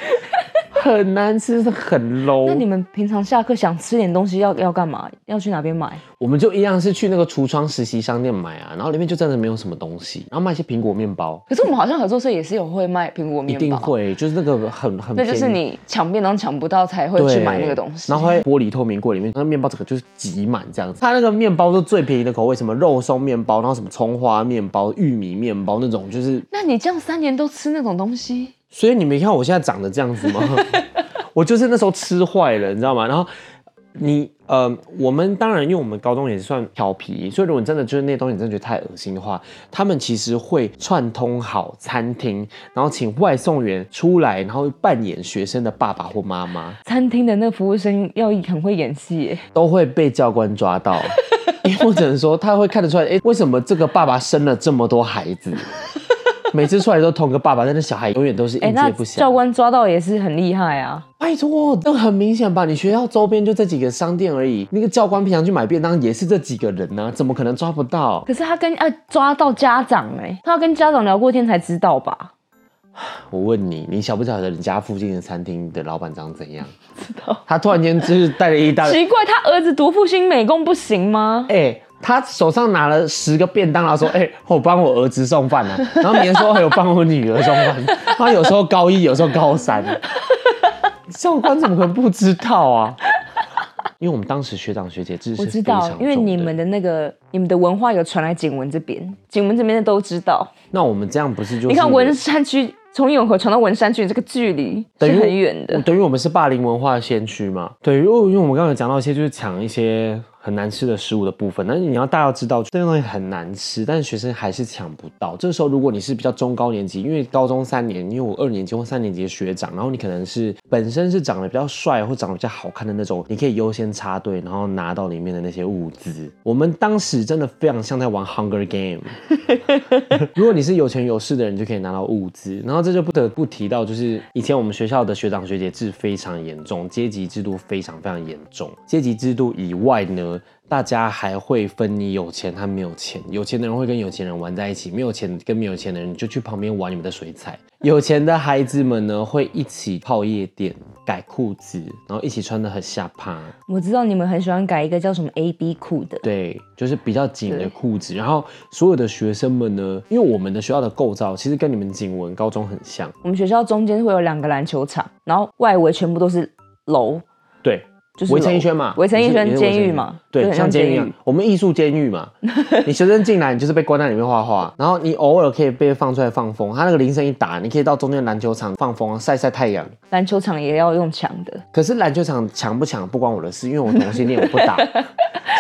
很难吃，是很 low。
那你们平常下课想吃点东西要要干嘛？要去哪边买？
我们就一样是去那个橱窗实习商店买啊，然后里面就真的没有什么东西，然后卖一些苹果面包，
可是我们好像合作社也是有会卖苹果
一
面包，
定，会，就是那个很很
那
便宜，
就是你抢便当抢不到才会
对
去买那个东西。
然后还玻璃透明柜里面，那面包整个就是挤满这样子。它那个面包都最便宜的口味，什么肉松面包，然后什么葱花面包、玉米面包那种，就是
那你这样三年都吃那种东西，
所以你没看我现在长得这样子吗？ 我就是那时候吃坏了，你知道吗？然后你呃，我们当然，因为我们高中也算调皮，所以如果你真的就是那东西你真的觉得太恶心的话，他们其实会串通好餐厅，然后请外送员出来，然后扮演学生的爸爸或妈妈，
餐厅的那个服务生要很会演戏耶。
都会被教官抓到。 因为我只能说，他会看得出来，哎、为什么这个爸爸生了这么多孩子？ 每次出来都同个爸爸，但是小孩永远都是
哎、
应
那
接不暇。
教官抓到也是很厉害啊。
拜托，那很明显吧？你学校周边就这几个商店而已，那个教官平常去买便当也是这几个人呢、怎么可能抓不到？
可是他跟啊抓到家长哎、他要跟家长聊过天才知道吧？
我问你，你晓不晓得你家附近的餐厅的老板长 怎样？知道。他突然间就是带了一大堆，
奇怪，他儿子读复兴美工不行吗？
哎、他手上拿了十个便当，然后说：“哎、我帮我儿子送饭啊。” 然后明天说：“哎我帮我女儿送饭。”他有时候高一，有时候 高三。教官怎么可能不知道啊？因为我们当时学长学姐知识
我
是
知
非常
道，因为
重
你
的
们的那个你们的文化有传来景文这边，景文这边的都知道。
那我们这样不是就是
你看文山区从永和传到文山区这个距离
等
是
于
很远的。
等于我们是霸凌文化的先驱嘛。对，如果因为我们刚刚有讲到一些就是抢一些很难吃的食物的部分，那你要大家知道这些东西很难吃，但是学生还是抢不到。这时候如果你是比较中高年级，因为高中三年，因为我二年级或三年级的学长，然后你可能是本身是长得比较帅或长得比较好看的那种，你可以优先插队，然后拿到里面的那些物资。我们当时真的非常像在玩 Hunger Game。如果你是有钱有势的人，你就可以拿到物资。然后这就不得不提到，就是以前我们学校的学长学姐制非常严重，阶级制度非常非常严重。阶级制度以外呢，大家还会分你有钱和没有钱。有钱的人会跟有钱人玩在一起，没有钱跟没有钱的人你就去旁边玩你们的水彩。有钱的孩子们呢，会一起泡夜店、改裤子，然后一起穿的很下趴。
我知道你们很喜欢改一个叫什么 A B 裤的，
对，就是比较紧的裤子。然后所有的学生们呢，因为我们的学校的构造其实跟你们景文高中很像，
我们学校中间会有两个篮球场，然后外围全部都是楼，
对，
就是
围成一
楼
圈嘛，
围成一
你是
圈
你是
监
围成一
狱
圈
嘛就
对，
很
像
像
监狱啊
监
一样
狱，
我们艺术监 狱嘛，你学生进来你就是被关在里面画画，然后你偶尔可以被放出来放风，他那个铃声一打，你可以到中间篮球场放风晒晒太阳。
篮球场也要用抢的。
可是篮球场强不强不关我的事，因为我同性恋我不打，所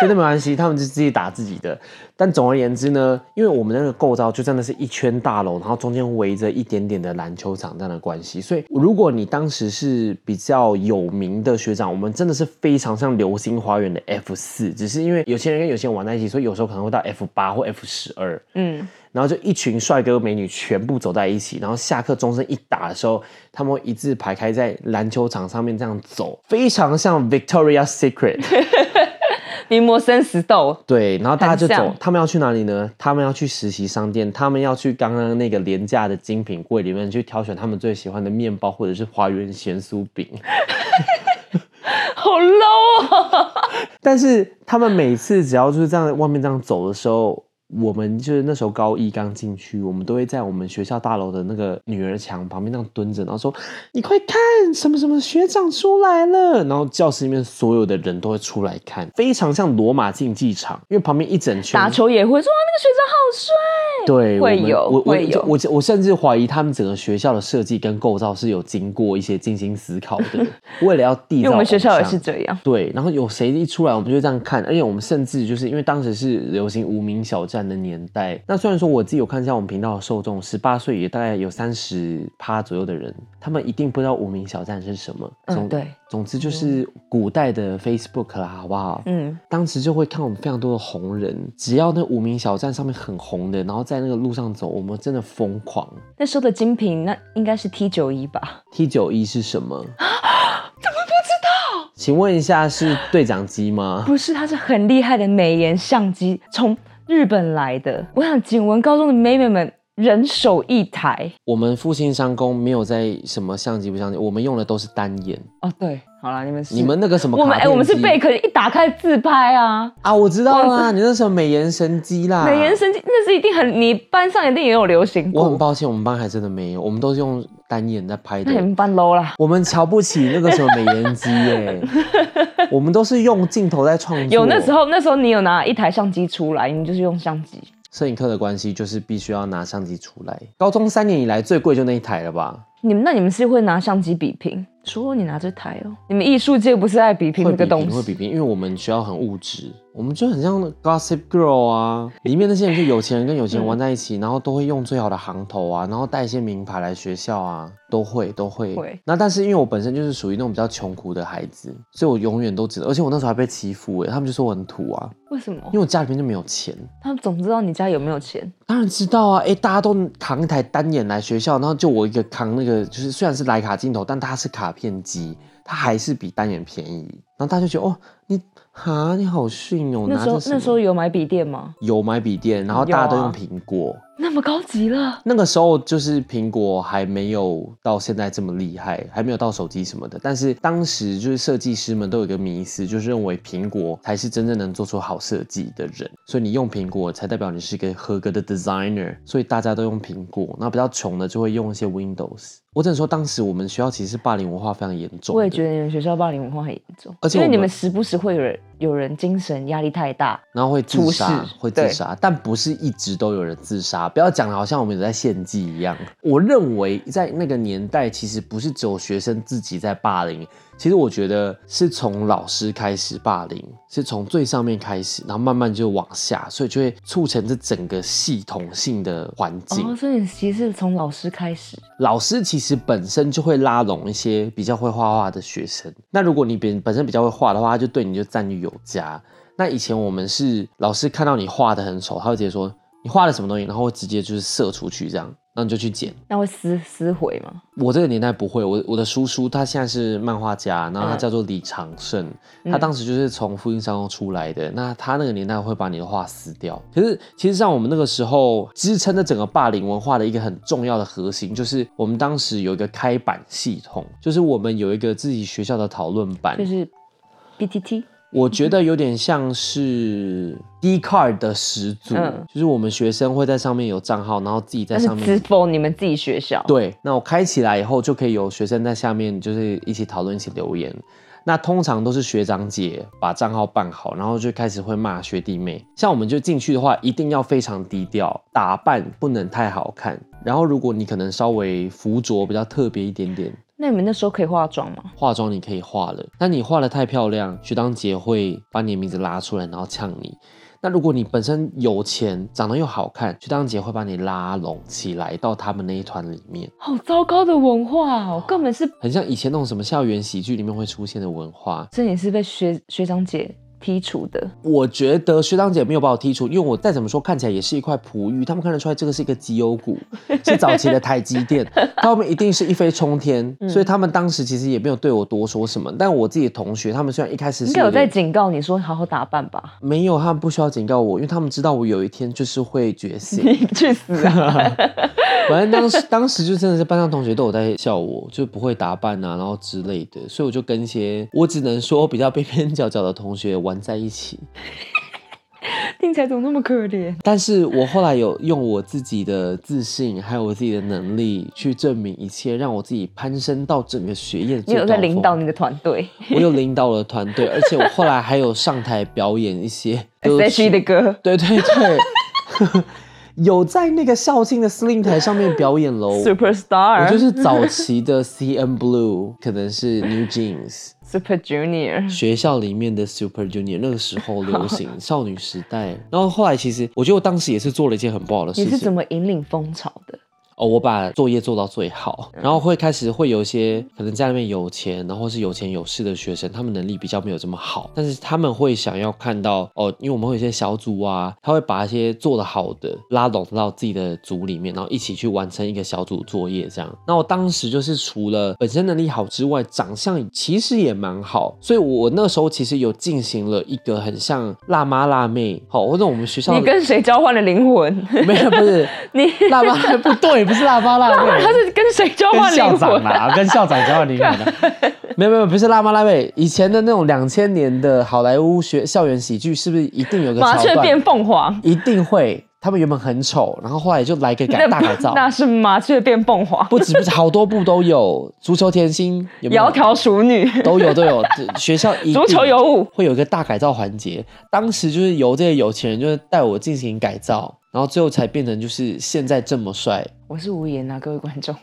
以那没关系，他们就自己打自己的。但总而言之呢，因为我们那个构造就真的是一圈大楼，然后中间围着一点点的篮球场这样的关系，所以如果你当时是比较有名的学长，我们真的是非常像流星花园的 F 四，只是因为有些人跟有些人玩在一起，所以有时候可能会到 F 八或 F 十二。
嗯，
然后就一群帅哥美女全部走在一起，然后下课钟声一打的时候，他们会一字排开在篮球场上面这样走，非常像 Victoria Secret。
名模生死斗，
对，然后大家就
很
走
像，
他们要去哪里呢？他们要去实习商店，他们要去刚刚那个廉价的精品柜里面去挑选他们最喜欢的面包或者是花园咸酥饼。
好 low 哦！
但是他们每次只要就是这样外面这样走的时候，我们就是那时候高一刚进去，我们都会在我们学校大楼的那个女儿墙旁边那样蹲着，然后说：“你快看，什么什么学长出来了。”然后教室里面所有的人都会出来看，非常像罗马竞技场，因为旁边一整圈
打球也会说啊，那个学长好帅。
对，
会
我们
有
我我
会有
我我甚至怀疑他们整个学校的设计跟构造是有经过一些精心思考 的，为了要缔造
因为我们学校也
偶像
是这样，
对，然后有谁一出来，我们就这样看，而且我们甚至就是因为当时是流行无名小站的年代，那虽然说我自己有看一下我们频道的受众，十八岁也大概有三十趴左右的人，他们一定不知道无名小站是什么。
嗯
总
对，
总之就是古代的 Facebook 啦，好不好？
嗯，
当时就会看我们非常多的红人，只要那无名小站上面很红的，然后在那个路上走，我们真的疯狂。
那时候的精品那应该是 T 九一吧？
T 九一是什 么？怎么不知道？请问一下，是对讲机吗？
不是，它是很厉害的美颜相机，从日本来的。我想景文高中的妹妹们人手一台。
我们复兴商工没有在什么相机不相机，我们用的都是单眼。
哦，对，好啦，你们是
你们那个什么
我们
卡
哎、
片
我们是
机
贝壳一打开自拍啊，
啊，我知道啦，你那时候美颜神机啦，
美颜。神经那是一定很，你班上一定也有流行
我很
过。
抱歉，我们班还真的没有，我们都是用单眼在拍
那你
的。
们班 low 啦，
我们瞧不起那个什么美颜机 耶、我们都是用镜头在创作。
有那时候那时候你有拿一台相机出来，你们就是用相机。
摄影课的关系，就是必须要拿相机出来。高中三年以来最贵就那一台了吧？
你们那你们是会拿相机比拼？说你拿这台哦，你们艺术界不是爱比拼
会
这
比
个东
拼，会
西？
比拼，因为我们学校很物质，我们就很像 Gossip Girl 啊，里面那些人就有钱人跟有钱人玩在一
嗯
起，然后都会用最好的行头啊，然后带一些名牌来学校啊，都会都会。
会
那但是因为我本身就是属于那种比较穷苦的孩子，所以我永远都只能，而且我那时候还被欺负哎、他们就说我很土啊，
为什么
因？为我家里面就没有钱。
他们总知道你家有没有钱，
当然知道啊，哎、大家都扛一台单眼来学校，然后就我一个扛那个，就是虽然是徕卡镜头，但它是卡片机，它还是比单眼便宜。然后大家就觉得，哦，你哈，你好逊哦，
那
拿
时候
着什么啊
那时候有买笔电吗？
有买笔电，然后大家都
有
用
啊
苹果。
那么高级了，
那个时候就是苹果还没有到现在这么厉害，还没有到手机什么的。但是当时就是设计师们都有一个迷思，就是认为苹果才是真正能做出好设计的人，所以你用苹果才代表你是一个合格的 designer。所以大家都用苹果，那比较穷的就会用一些 Windows。我只能说，当时我们学校其实霸凌文化非常严重的。
我也觉得你们学校霸凌文化很严重，
而且
因
我
为你
们
们时不时会有人有人精神压力太大，
然后会自
出
杀
事，
会自杀，但不是一直都有人自杀。不要讲的好像我们有在献祭一样。我认为在那个年代，其实不是只有学生自己在霸凌，其实我觉得是从老师开始霸凌，是从最上面开始，然后慢慢就往下，所以就会促成这整个系统性的环境。
哦，所以你其实是从老师开始，
老师其实本身就会拉拢一些比较会画画的学生。那如果你本本身比较会画的话，他就对你就赞誉有加。那以前我们是老师看到你画的很丑，他会直接说你画了什么东西，然后会直接就是射出去这样，那你就去捡。
那会撕撕毁吗？
我这个年代不会，我我的叔叔他现在是漫画家，然后他叫做李长胜，
嗯
他当时就是从复印商用出来的。那他那个年代会把你的画撕掉。可是其实像我们那个时候支撑着整个霸凌文化的一个很重要的核心，就是我们当时有一个开版系统，就是我们有一个自己学校的讨论版
就，是 BTT
我觉得有点像是 d c a r d 的始祖，
嗯
就是我们学生会在上面有账号，然后自己在
但是
上面
直封你们自己学校，
对，那我开起来以后，就可以有学生在下面就是一起讨论、一起留言。那通常都是学长姐把账号办好，然后就开始会骂学弟妹。像我们就进去的话，一定要非常低调，打扮不能太好看。然后如果你可能稍微服着比较特别一点点，
那你们那时候可以化妆吗？
化妆你可以化了，那你化的太漂亮，学长姐会把你的名字拉出来，然后呛你。那如果你本身有钱，长得又好看，学长姐会把你拉拢起来到他们那一团里面。
好糟糕的文化哦，根本是，
很像以前那种什么校园喜剧里面会出现的文化。
这你是被学学长姐剔除的，
我觉得学长姐没有把我剔除，因为我再怎么说看起来也是一块璞玉，他们看得出来这个是一个绩优股，是早期的台积 电，他们一定是一飞冲天，
嗯
所以他们当时其实也没有对我多说什么。但我自己的同学，他们虽然一开始
应
是
该有在
点
警告你说好好打扮 吧，
没有，他们不需要警告我，因为他们知道我有一天就是会觉 醒。
你去死 啊！
反正当时当时就真的是班上同学都有在笑我，就不会打扮啊，然后之类的，所以我就跟一些我只能说比较边边角角的同学玩在一起。
听起来怎么那么可怜？
但是我后来有用我自己的自信，还有我自己的能力去证明一切，让我自己攀升到整个学业的
你
最
有
高
在
峰
领导你的团队
我有领导了团队，而且我后来还有上台表演一些
S
歌
H E
曲
的歌，
对对对，有在那个校庆的司令台上面表演喽。
Superstar，
哦我就是早期的 CN Blue，可能是 New Jeans，
Super Junior。
学校里面的 Super Junior，那个时候 流行少女时代。然后后来其实，我觉得我当时也是做了一件很不好的
你
事
是
情
怎么引领风潮的？
哦，我把作业做到最好，然后会开始会有一些可能家里面有钱，然后是有钱有势的学生，他们能力比较没有这么好，但是他们会想要看到哦，因为我们会有一些小组啊，他会把一些做得好的拉拢到自己的组里面，然后一起去完成一个小组作业这样。那我当时就是除了本身能力好之外，长相其实也蛮好，所以我我那时候其实有进行了一个很像辣妈辣妹，好、或者我们学校
你跟谁交换了灵魂？
没有不是
你
辣妈不对，不是辣妈辣妹，
他是跟谁交换
跟校
灵
长
魂？
啊
啦，跟校长交换灵魂啦。
没有没有，不是辣妈辣妹，以前的那种两千年的好莱坞学校园喜剧，是不是一定有 个
麻
桥
雀变
段？
凤凰，
一定会，他们原本很丑，然后后来就来个改 大改造，
那是麻雀变凤凰，
不止不止，好多部都有，足球甜心有没有
窈窕淑女，
都有都有，学校一定
足球有舞，
会有一个大改造环节。当时就是由这些有钱人就是带我进行改造，然后最后才变成就是现在这么帅。
我是无言啊，各位观 众。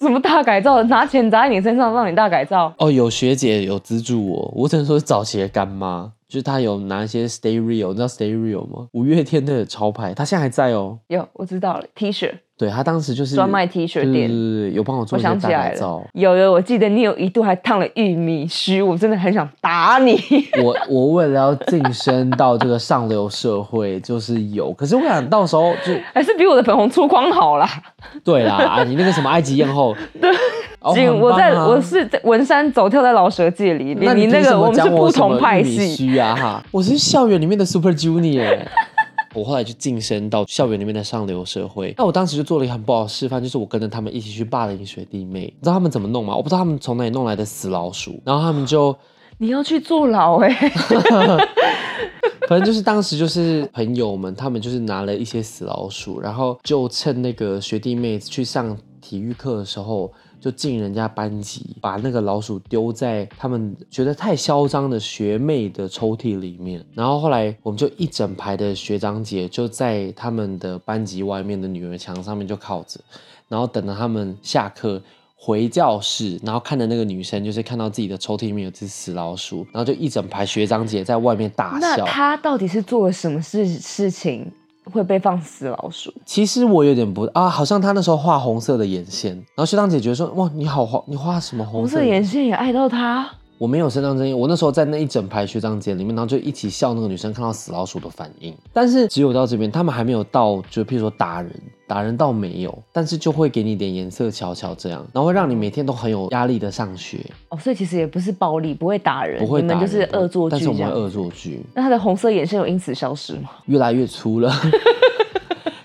什么大改造？拿钱砸在你身上让你大改造？
哦，有学姐有资助我，我只能说是早期的干妈，就是她有拿一些 Stay Real，你知道 Stay Real 吗？五月天的潮牌，她现在还在哦。
有，我知道了，T 恤
对，她当时就是
专卖 T 恤
对对
店
对对，有帮我做
我
一些
想
大
起来
改
了
造。，
有有，我记得你有一度还烫了玉米须，我真的很想打你。
我我为了要晋升到这个上流社会，就是有，可是我想到时候就
还是比我的粉红粗框好啦。
对啦，啊，你那个什么埃及 艳后，对，哦、
仅
很
我
棒
在
啊
我是在文山走跳在老舌界里面，
那
你那
凭什
个
么
我们
讲
是
我
不
什么
同派
玉米
系。
须啊哈， 我是校园里面的 Super Junior。我 后来就晋升到校园里面的上流社会，那我当时就做了一个很不好的示范，就是我跟着他们一起去霸凌学弟妹，你知道他们怎么弄吗？我不知道他们从哪里弄来的死老鼠，然后他们就
你要去坐牢哎、
反正就是当时就是朋友们，他们就是拿了一些死老鼠，然后就趁那个学弟妹去上体育课的时候，就进人家班级，把那个老鼠丢在他们觉得太嚣张的学妹的抽屉里面。然后后来我们就一整排的学长姐就在他们的班级外面的女儿墙上面就靠着，然后等到他们下课。回教室，然后看着那个女生，就是看到自己的抽屉里面有只死老鼠，然后就一整排学长姐在外面大
那
笑。
他到底是做了什么事事情会被放死老鼠？
其实我有点不啊，好像他那时候画红色的眼线，然后学长姐觉得说，哇，你好画，你画什么红
红
色
色
的
眼？线也爱到他，
我没有身障争议，我那时候在那一整排学长姐里面，然后就一起笑那个女生看到死老鼠的反应。但是只有到这边，他们还没有到，就譬如说打人，打人倒没有，但是就会给你点颜色瞧瞧这样，然后会让你每天都很有压力的上学，
哦，所以其实也不是暴力，不会打人，
不会
你
打
们
人，
就是恶作
但
剧
是我
这
们会
样。
恶作剧。
那他的红色眼线有因此消失吗？
越来越粗了。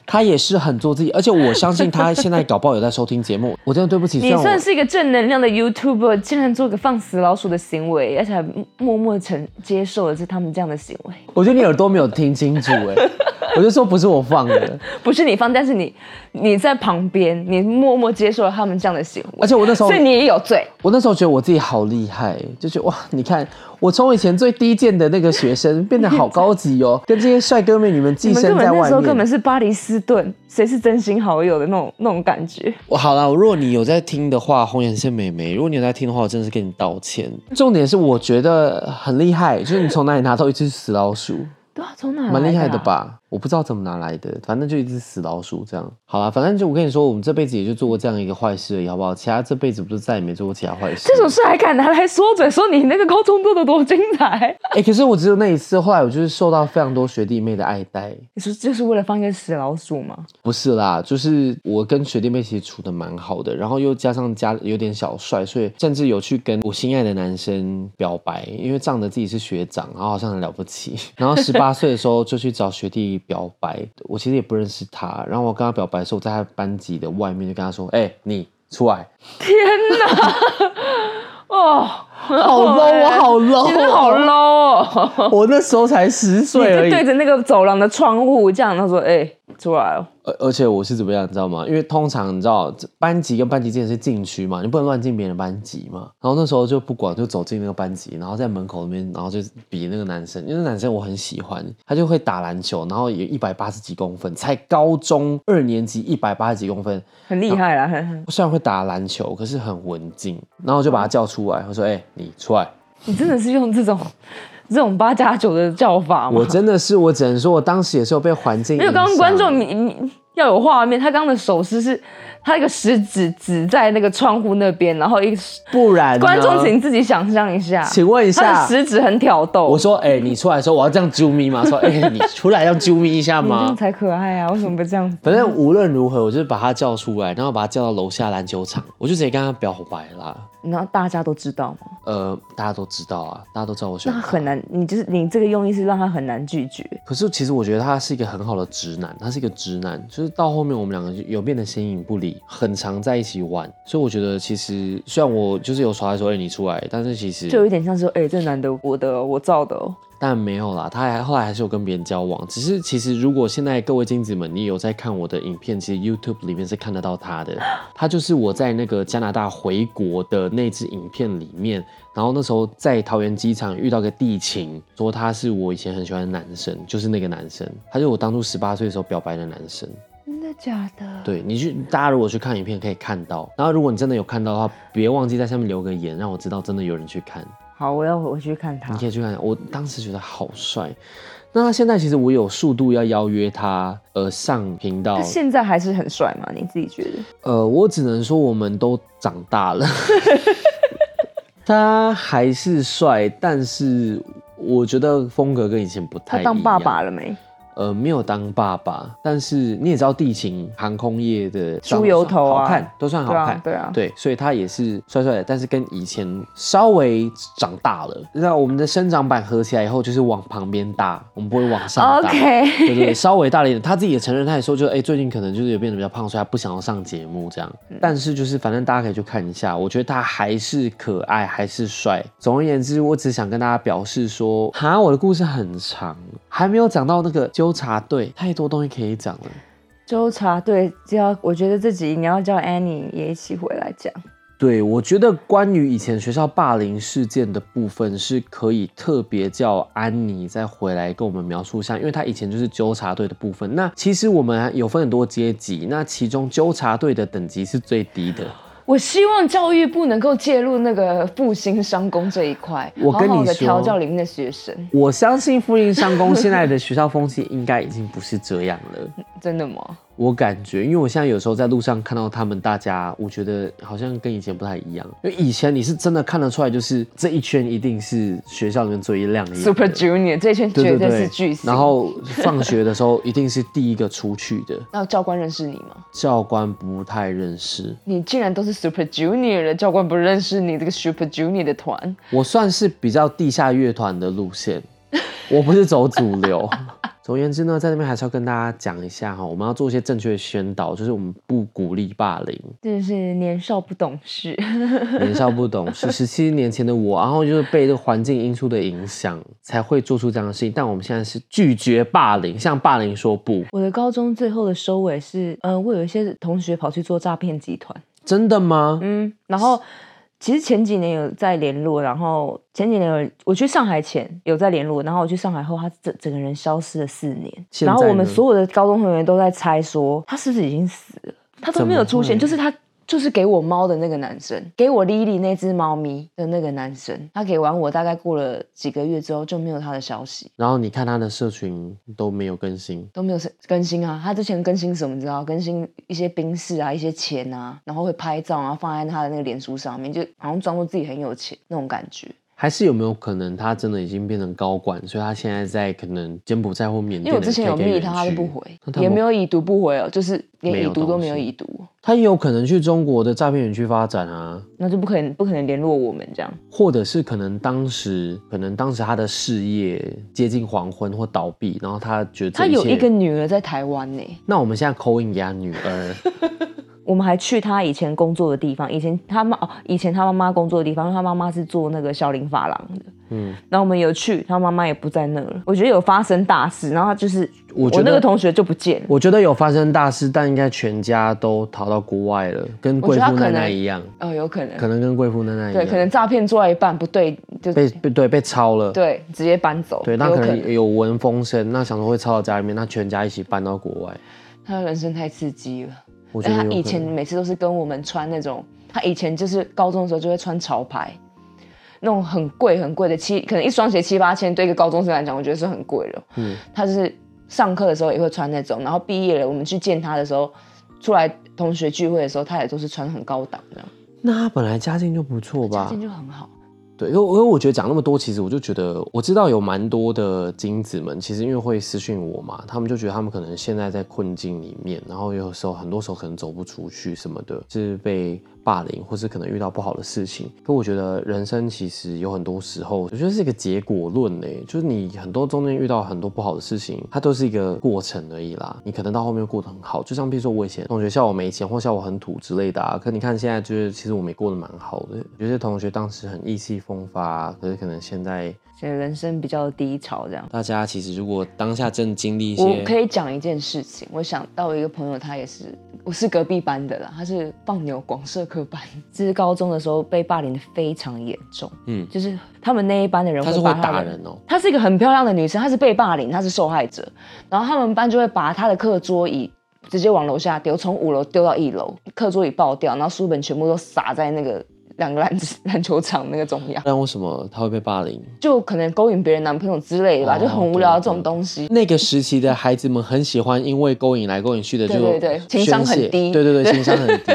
他也是很做自己，而且我相信他现在搞不好有在收听节目。我真的对不起，虽
你
然
算
我
是一个正能量的 YouTuber，竟然做个放死老鼠的行为，而且还默默承接受了是他们这样的行为，
我觉得你耳朵没有听清楚哎、 我就说不是我放的，
不是你放，但是你你在旁边，你默默接受了他们这样的行为，
而且我那时候
所以你也有罪。
我那时候觉得我自己好厉害，就觉得哇，你看我从以前最低贱的那个学生变得好高 级哦，跟这些帅哥美女们寄
你们
生
根
在
本那
外
时候根本
面。
是巴黎斯顿，谁是真心好友的那种那种感觉。
我好啦，如果你有在听的话，红颜是美眉；如果你有在听的话，我真的是跟你道歉。重点是我觉得很厉害，就是你从哪里拿到一只死老鼠？
对啊，从哪来啊
蛮厉害的？吧？我不知道怎么拿来的，反正就一只死老鼠这样。好啦，反正就我跟你说，我们这辈子也就做过这样一个坏事而已，好不好？其他这辈子不是再也没做过其他坏事。
这种事还敢拿来说嘴，说你那个高中做的多精彩？
哎、可是我只有那一次，后来我就是受到非常多学弟妹的爱戴。
你说就是为了放一个死老鼠吗？
不是啦，就是我跟学弟妹其实处的蛮好的，然后又加上家有点小帅，所以甚至有去跟我心爱的男生表白，因为仗着自己是学长，然后好像很了不起。 然后十八岁的时候就去找学弟表白，我其实也不认识他，然后我跟他表白的时候，我在他班级的外面就跟他说：“哎、你出来，
哦，
好 low，我好 low，
你
啊
真的好 low 哦！
我那时候才十岁而
你就
已。
对着那个走廊的窗户这样，他说：“哎、出来哦。
而而且我是怎么样，你知道吗？因为通常你知道这班级跟班级之间是禁区嘛，你不能乱进别人的班级嘛。然后那时候就不管，就走进那个班级，然后在门口那边，然后就比那个男生，因为那男生我很喜欢，他就会打篮球，然后也一百八十几公分，才高中二年级一百八十几公分，”
很厉害啦，很很，
虽然会打篮球，可是很文静。然后我就把他叫出来，我说：“哎、你出来。”
你真的是用这种 这种八加九的叫法吗？
我真的是，我只能说，我当时也是有被环境
没有，刚刚
影响
观众你你要有画面，他刚刚的手势是他一个食指指在那个窗户那边，然后一个
不然呢
观众请自己想象一下，
哎请问一下
他的食指很挑逗，
我说：“哎、你出来的时候，我要这样啾咪吗？”说：“哎、你出来要啾咪一下
你这
吗
样才可爱啊，为什么不这样？”
反正无论如何，我就是把他叫出来，然后把他叫到楼下篮球场，我就直接跟他表白啦。
你知道大家都知道吗？
呃，大家都知道啊，大家都知道我喜
那
欢
他
他。
很难，你就是你这个用意是让他很难拒绝。
可是其实我觉得他是一个很好的直男，他是一个直男，就是到后面我们两个就有变得形影不离，很常在一起玩。所以我觉得其实虽然我就是有耍他说哎、你出来，但是其实
就有点像说，哎、这男的我的哦、我造的哦，
但没有啦，他还后来还是有跟别人交往。只是其实如果现在各位金子们，你有在看我的影片，其实 YouTube 里面是看得到他的。他就是我在那个加拿大回国的那支影片里面，然后那时候在桃园机场遇到个地勤，说他是我以前很喜欢的男生，就是那个男生，他就是我当初十八岁的时候表白的男生。
真的假的？
对你去，大家如果去看影片可以看到。然后如果你真的有看到的话，别忘记在下面留个言，让我知道真的有人去看。
好，我要回去看他
你可。以去看，我当时觉得好帅。那他现在其实我有速度要邀约他，呃，上频道
他，现在还是很帅嘛？你自己觉得？
呃，我只能说我们都长 大了。他还是帅，但是我觉得风格跟以前不太
他
一样。
当爸爸了没？
呃，没有当爸爸，但是你也知道，地勤、航空业的
猪油头啊
好看都算好
对啊
看，
对啊
对，所以他也是帅帅的，但是跟以前稍微长大了。那我们的生长板合起来以后，就是往旁边搭，我们不会往上搭。
OK
对对对，稍微大了一点。他自己也承认，他也说就，哎，最近可能就是有变得比较胖，所以他不想要上节目这样。
嗯
但是就是反正大家可以去看一下，我觉得他还是可爱，还是帅。总而言之，我只想跟大家表示说，哈，我的故事很长，还没有讲到那个纠察队，太多东西可以讲了。
纠察队就要，我觉得这集你要叫 Annie 也一起回来讲。
对，我觉得关于以前学校霸凌事件的部分是可以特别叫安妮再回来跟我们描述一下，因为她以前就是纠察队的部分。那其实我们有分很多阶级，那其中纠察队的等级是最低的。
我希望教育部能够介入那个复兴商工这一块，
我跟你
好好的
说
调教里面的学生，
我相信复印商工现在的学校风气应该已经不是这样了。
真的吗？
我感觉，因为我现在有时候在路上看到他们大家，我觉得好像跟以前不太一样。因为以前你是真的看得出来，就是这一圈一定是学校里面最亮眼的
Super Junior 这一圈
对
绝
对对，
对是巨星。
然后放学的时候一定是第一个出去的，
那教官认识你吗？
教官不太认识。
你竟然都是 Super Junior 了，教官不认识你这个 Super Junior 的团，
我算是比较地下乐团的路线， 我不是走主 流。总而言之呢，在那边还是要跟大家讲一下哈，我们要做一些正确的宣导，就是我们不鼓励霸凌。
真的是年少不懂事。
年少不懂事，十七年前的我，然后就是被这个环境因素的影响，才会做出这样的事情。但我们现在是拒绝霸凌，向霸凌说不。
我的高中最后的收尾是，呃，我有一些同学跑去做诈骗集团，
真的吗？
嗯，然后其实前几年有在联络，然后前几年有我去上海前有在联络，然后我去上海后，他整整个人消失了四年，
现在
然
呢
后我们所有的高中同学都在猜说他是不是已经死了，他都没有出现，就
怎
是他。就是给我猫的那个男生，给我 Lily 那只猫咪的那个男生，他给完我大概过了几个月之后就没有他的消息，
然后你看他的社群都没有更新，
都没有更新啊。他之前更新什么，你知道？更新一些冰室啊，一些钱啊，然后会拍照，然后放在他的那个脸书上面，就好像装作自己很有钱那种感觉。
还是有没有可能他真的已经变成高管，所以他现在在可能柬埔寨或缅
因
甸
为我
的 KK
之前有密他，他
园
都
区
不回
那，他
也没有已读不回哦，就是
没
连
有
已读都
东
没有
西
已读，哦
他也有可能去中国的诈骗园区发展啊。
那就不可能不可能联络我们这样。
或者是可能当时，可能当时他的事业接近黄昏或倒闭，然后他觉得这
他有
切
一个女儿在台湾呢、
那我们现在口音给他女儿，
我们还去他以前工作的地方，以前他妈哦，以前他妈妈工作的地方，因为他妈妈是做那个小林发廊的，
嗯
嗯，然后我们有去，他妈妈也不在那了，我觉得有发生大事，然后他就是
我
我
觉得
那个同学就不见了，
我觉得有发生大事，但应该全家都逃到国外了，跟贵妇奶奶一样，
哦，有可能，
可能跟贵妇奶奶一样，
对，可能诈骗做到一半不对，就
被被对被抄了，
对直接搬走，
对，那
哦有
可
可
能有闻风声，那想说会抄到家里面，那全家一起搬到国外，
他的人生太刺激了。
我觉
但
得
哎他
有
以
可
前
能。
每次都是跟我们穿那种，他以前就是高中的时候就会穿潮牌，那种很贵很贵的七，可能一双鞋七八千，对一个高中生来讲，我觉得是很贵了。嗯，他就是上课的时候也会穿那种，然后毕业了我们去见他的时候，出来同学聚会的时候，他也都是穿很高档的，
那他本来家境就不错
条
吧
件？就很好。
对，因为因为我觉得讲那么多，其实我就觉得我知道有蛮多的精子们，其实因为会私讯我嘛，他们就觉得他们可能现在在困境里面，然后有时候很多时候可能走不出去什么的，是被霸凌，或是可能遇到不好的事情。可我觉得人生其实有很多时候，我觉得是一个结果论诶，就是你很多中间遇到很多不好的事情，它都是一个过程而已啦。你可能到后面过得很好，就像比如说我以前同学笑我没钱或笑我很土之类的啊，可你看现在就是其实我们也过得蛮好的。有些同学当时很意气风发、可是可能现在
所以人生比较低潮这样。
大家其实如果当下正经历一
我
些，
可以讲一件事情，我想到一个朋友，他也是，我是隔壁班的啦，他是放牛广社科班， 这是高中的时候被霸凌的非常严重，
嗯
嗯，就是他们那一班的人
他是会
把她
打
的
人哦
她是一个很漂亮的女生，她是被霸凌，她是受害者，然后他们班就会把她的课桌椅。直接往楼下丢，从五楼丢到一楼，课桌椅爆掉，然后书本全部都洒在那个两个篮子 篮球场那个中央，
但为什么他会被霸凌？
就可能勾引别人男朋友之类的吧，
哦
就很无聊
对
这种
对
东西。
那个时期的孩子们很喜欢，因为勾引来勾引去的就
对对对情商很
宣泄
低
对对 对，情商很低。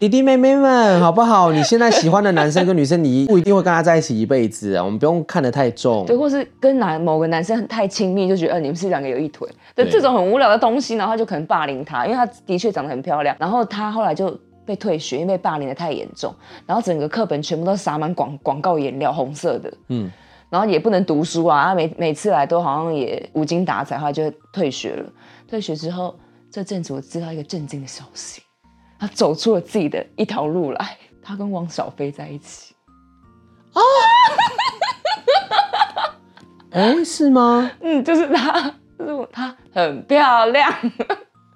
弟弟妹妹们，好不好？你现在喜欢的男生跟女生，你不一定会跟他在一起一辈子啊，我们不用看得太重。
对，或是跟男某个男生很太亲密，就觉得、呃、你们是两个有一腿，对
对
这种很无聊的东西，然后他就可能霸凌她，因为她的确长得很漂亮，然后她后来就被退学，因为被霸凌的太严重，然后整个课本全部都撒满广广告颜料，红色的，
嗯
嗯。然后也不能读书啊，她每每次来都好像也无精打采，后来就退学了。退学之后，这阵子我知道一个震惊的消息，她走出了自己的一条路来，她跟汪小菲在一起。
哎，是吗？
嗯，就是她，就是我，她很漂亮，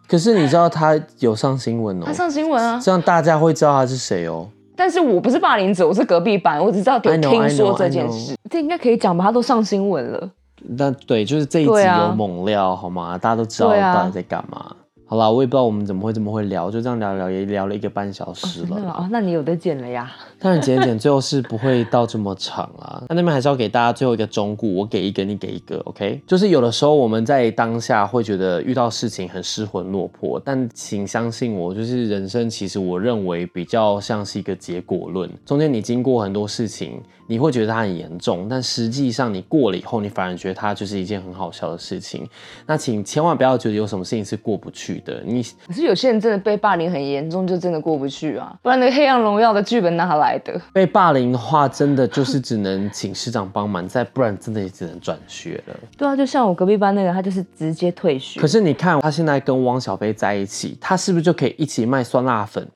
可是你知道他有上新闻哦
她，上新闻啊，
这样大家会知道他是谁哦。
但是我不是霸凌者，我是隔壁班，我只知道有
I know,
听
I
说
know,
这
I
件
know
事，啊这应该可以讲吧？他都上新闻了。
那对，就是这一集
对啊
有猛料、好吗？大家都知道
对啊
到底在干嘛。好啦，我也不知道我们怎么会这么会聊，就这样聊聊也聊了一个半小时
真
了
的
啦。
吗哦，那你有的剪了呀？
当然剪一剪最后是不会到这么长啦。那那边还是要给大家最后一个忠告，我给一个，你给一个，OK？就是有的时候我们在当下会觉得遇到事情很失魂落魄，但请相信我，就是人生其实我认为比较像是一个结果论，中间你经过很多事情，你会觉得它很严重，但实际上你过了以后，你反而觉得它就是一件很好笑的事情。那请千万不要觉得有什么事情是过不去的，你
可是有些人真的被霸凌很严重，就真的过不去啊！不然那个《黑暗荣耀》的剧本哪来的？
被霸凌的话，真的就是只能请师长帮忙，再不然真的也只能转学了。
对啊，就像我隔壁班那个，他就是直接退学
可。是你看，他现在跟汪小菲在一起，他是不是就可以一起卖酸辣粉？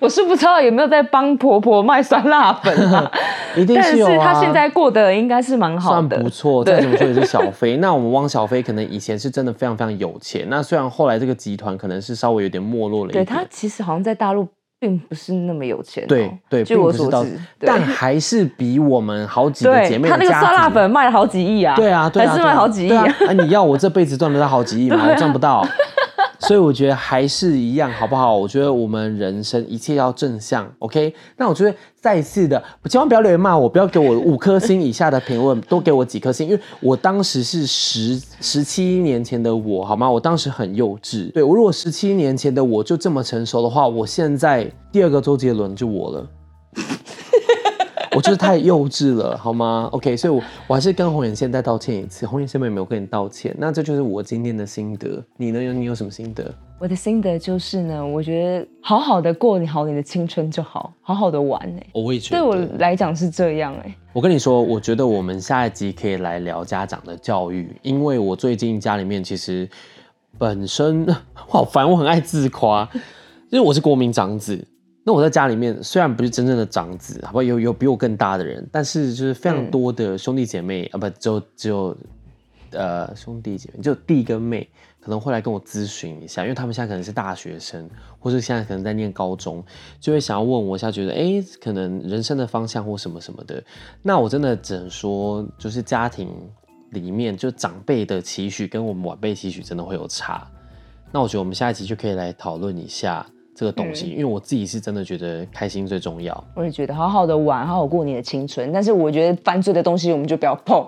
我是不知道有没有在帮婆婆卖酸辣粉啊，
一定
但是
有啊。
她现在过得应该是蛮好
算
的
不。错，
对
再怎么说也是小飞。那我们汪小菲可能以前是真的非常非常有钱，那虽然后来这个集团可能是稍微有点没落了一
对
点，
她其实好像在大陆并不是那么有钱哦、
对对，
据
并
我
不是
所
到
知，对
但还是比我们好几个姐
对
妹
她
的
那个
家
酸辣
族
粉卖了好几亿啊，
对啊，对啊，
还是
对
卖
啊
好几亿
对啊，啊你要我这辈子赚得到好几亿吗？我赚不到。所以我觉得还是一样，好不好？我觉得我们人生一切要正向，OK？那我觉得再一次的，千万不要留言骂我，不要给我五颗星以下的评论，多给我几颗星，因为我当时是十十七年前的我，好吗？我当时很幼稚，对我如果十七年前的我就这么成熟的话，我现在第二个周杰伦就我了。我就是太幼稚了，好吗？OK，所以我，我还是跟红眼线再道歉一次。红眼线妹妹，我跟你道歉。那这就是我今天的心得。你呢？你有什么心得？
我的心得就是呢，我觉得好好的过你好你的青春就好，好好的玩哎、
哦我也觉
对我来讲是这样哎、
我跟你说，我觉得我们下一集可以来聊家长的教育，因为我最近家里面其实本身 我好烦，我很爱自夸，因为我是国民长子。那我在家里面虽然不是真正的长子，好吧，有有比我更大的人，但是就是非常多的兄弟姐妹、啊，不，只有只有呃兄弟姐妹，就弟跟妹可能会来跟我咨询一下，因为他们现在可能是大学生，或者现在可能在念高中，就会想要问我一下，觉得诶可能人生的方向或什么什么的。那我真的只能说，就是家庭里面就长辈的期许跟我们晚辈期许真的会有差。那我觉得我们下一集就可以来讨论一下这个东
嗯
西，因为我自己是真的觉得开心最重要。
我也觉得好好的玩，好好过你的青春。但是我觉得犯罪的东西我们就不要碰，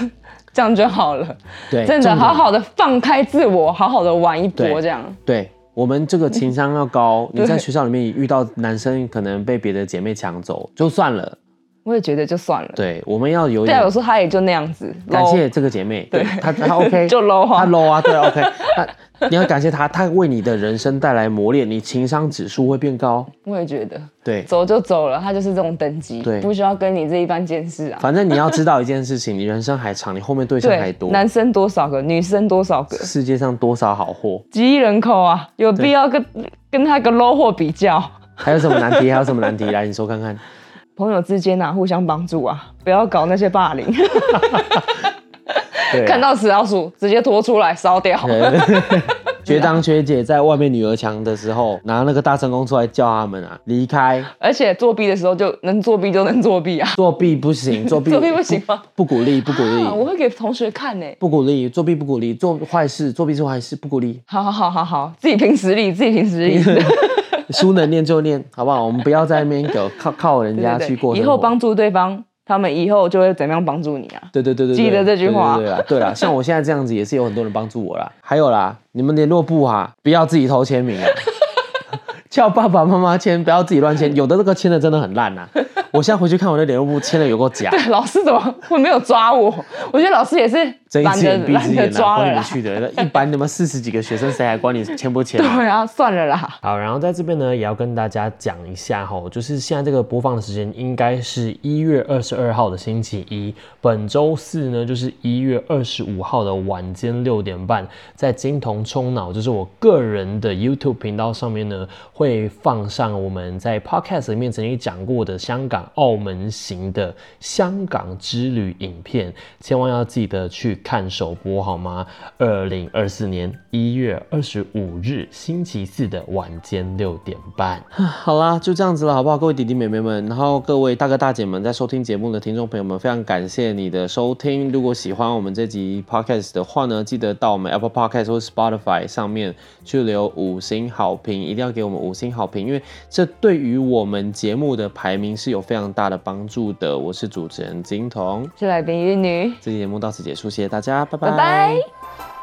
这样就好了。
对，
真的
重点
好好的放开自我，好好的玩一波
对
这样。
对我们这个情商要高， 你在
对
学校里面遇到男生可能被别的姐妹抢走就算了，
我也觉得就算了。
对，我们要有一
对
点
啊，有时候他也就那样子。
感
low
谢这个姐妹，对 她她 OK
就 low 啊
她 low 啊，对啊 OK，她 你要感谢她，她为你的人生带来磨练，你情商指数会变高，
我也觉得
对。
走就走了，他就是这种等级
对，
不需要跟你这一般见识啊。
反正你要知道一件事情，你人生还长，你后面对象还
对，
多，
男生多少个，女生多少个，
世界上多少好货，
几亿人口啊，有
对
必要跟跟他个 low 货比较？
还有什么难题？还有什么难题？来，你说看看。
朋友之间啊，互相帮助啊，不要搞那些霸凌。
对 啊，
看到死老鼠直接拖出来烧掉。
对啊学当学姐在外面女儿墙的时候，拿那个大声公出来叫他们啊，离开，
而且作弊的时候就能作弊就能作弊啊，
作弊 不行，作弊
作弊不行吗？
不鼓励，不鼓
啊 我
励，
会给同学看欸呢、
不鼓励，作弊不鼓励，做坏事，作弊是坏事，不鼓励。
好好好好好，自己凭实力，自己凭实 力。
书能念就念，好不好？我们不要在那边搞靠靠人
对
家
对
去
对，
过生
以
活。
后帮助对方，他们以后就会怎么样帮助你啊？
对对对对，
记得这句话
对对对啦，对啦，像我现在这样子也是有很多人帮助我啦。还有啦，你们联络簿啊，不要自己偷签名啊，叫爸爸妈妈签，不要自己乱签。有的那个签的真的很烂呐、我现在回去看我的联络簿，签的有够假，
对，老师怎么会没有抓我？我觉得老师也是
睁一
懒
只
得
眼闭一只
懒得
眼啊，
抓
管
了
你们
啦。
去的。一般你们四十几个学生，谁还管你签不签、啊？
对啊，算了啦。
好，然后在这边呢，也要跟大家讲一下哈，就是现在这个播放的时间应该是一月二十二号的星期一，本周四呢就是一月二十五号的晚间六点半，在金童冲脑，就是我个人的 YouTube 频道上面呢，会放上我们在 Podcast 里面曾经讲过的香港、澳门行的香港之旅影片，千万要记得去
看首播好吗？二零二四年一月二十五日星期四的晚间六点半。
好啦，就这样子了，好不好？各位弟弟妹妹们，然后各位大哥大姐们，在收听节目的听众朋友们，非常感谢你的收听。如果喜欢我们这集 podcast 的话呢，记得到我们 Apple Podcast 或 Spotify 上面去留五星好评，一定要给我们五星好评，因为这对于我们节目的排名是有非常大的帮助的。我是主持人金童，
是来宾玉女，
这期节目到此结束，谢谢大家，拜
拜拜。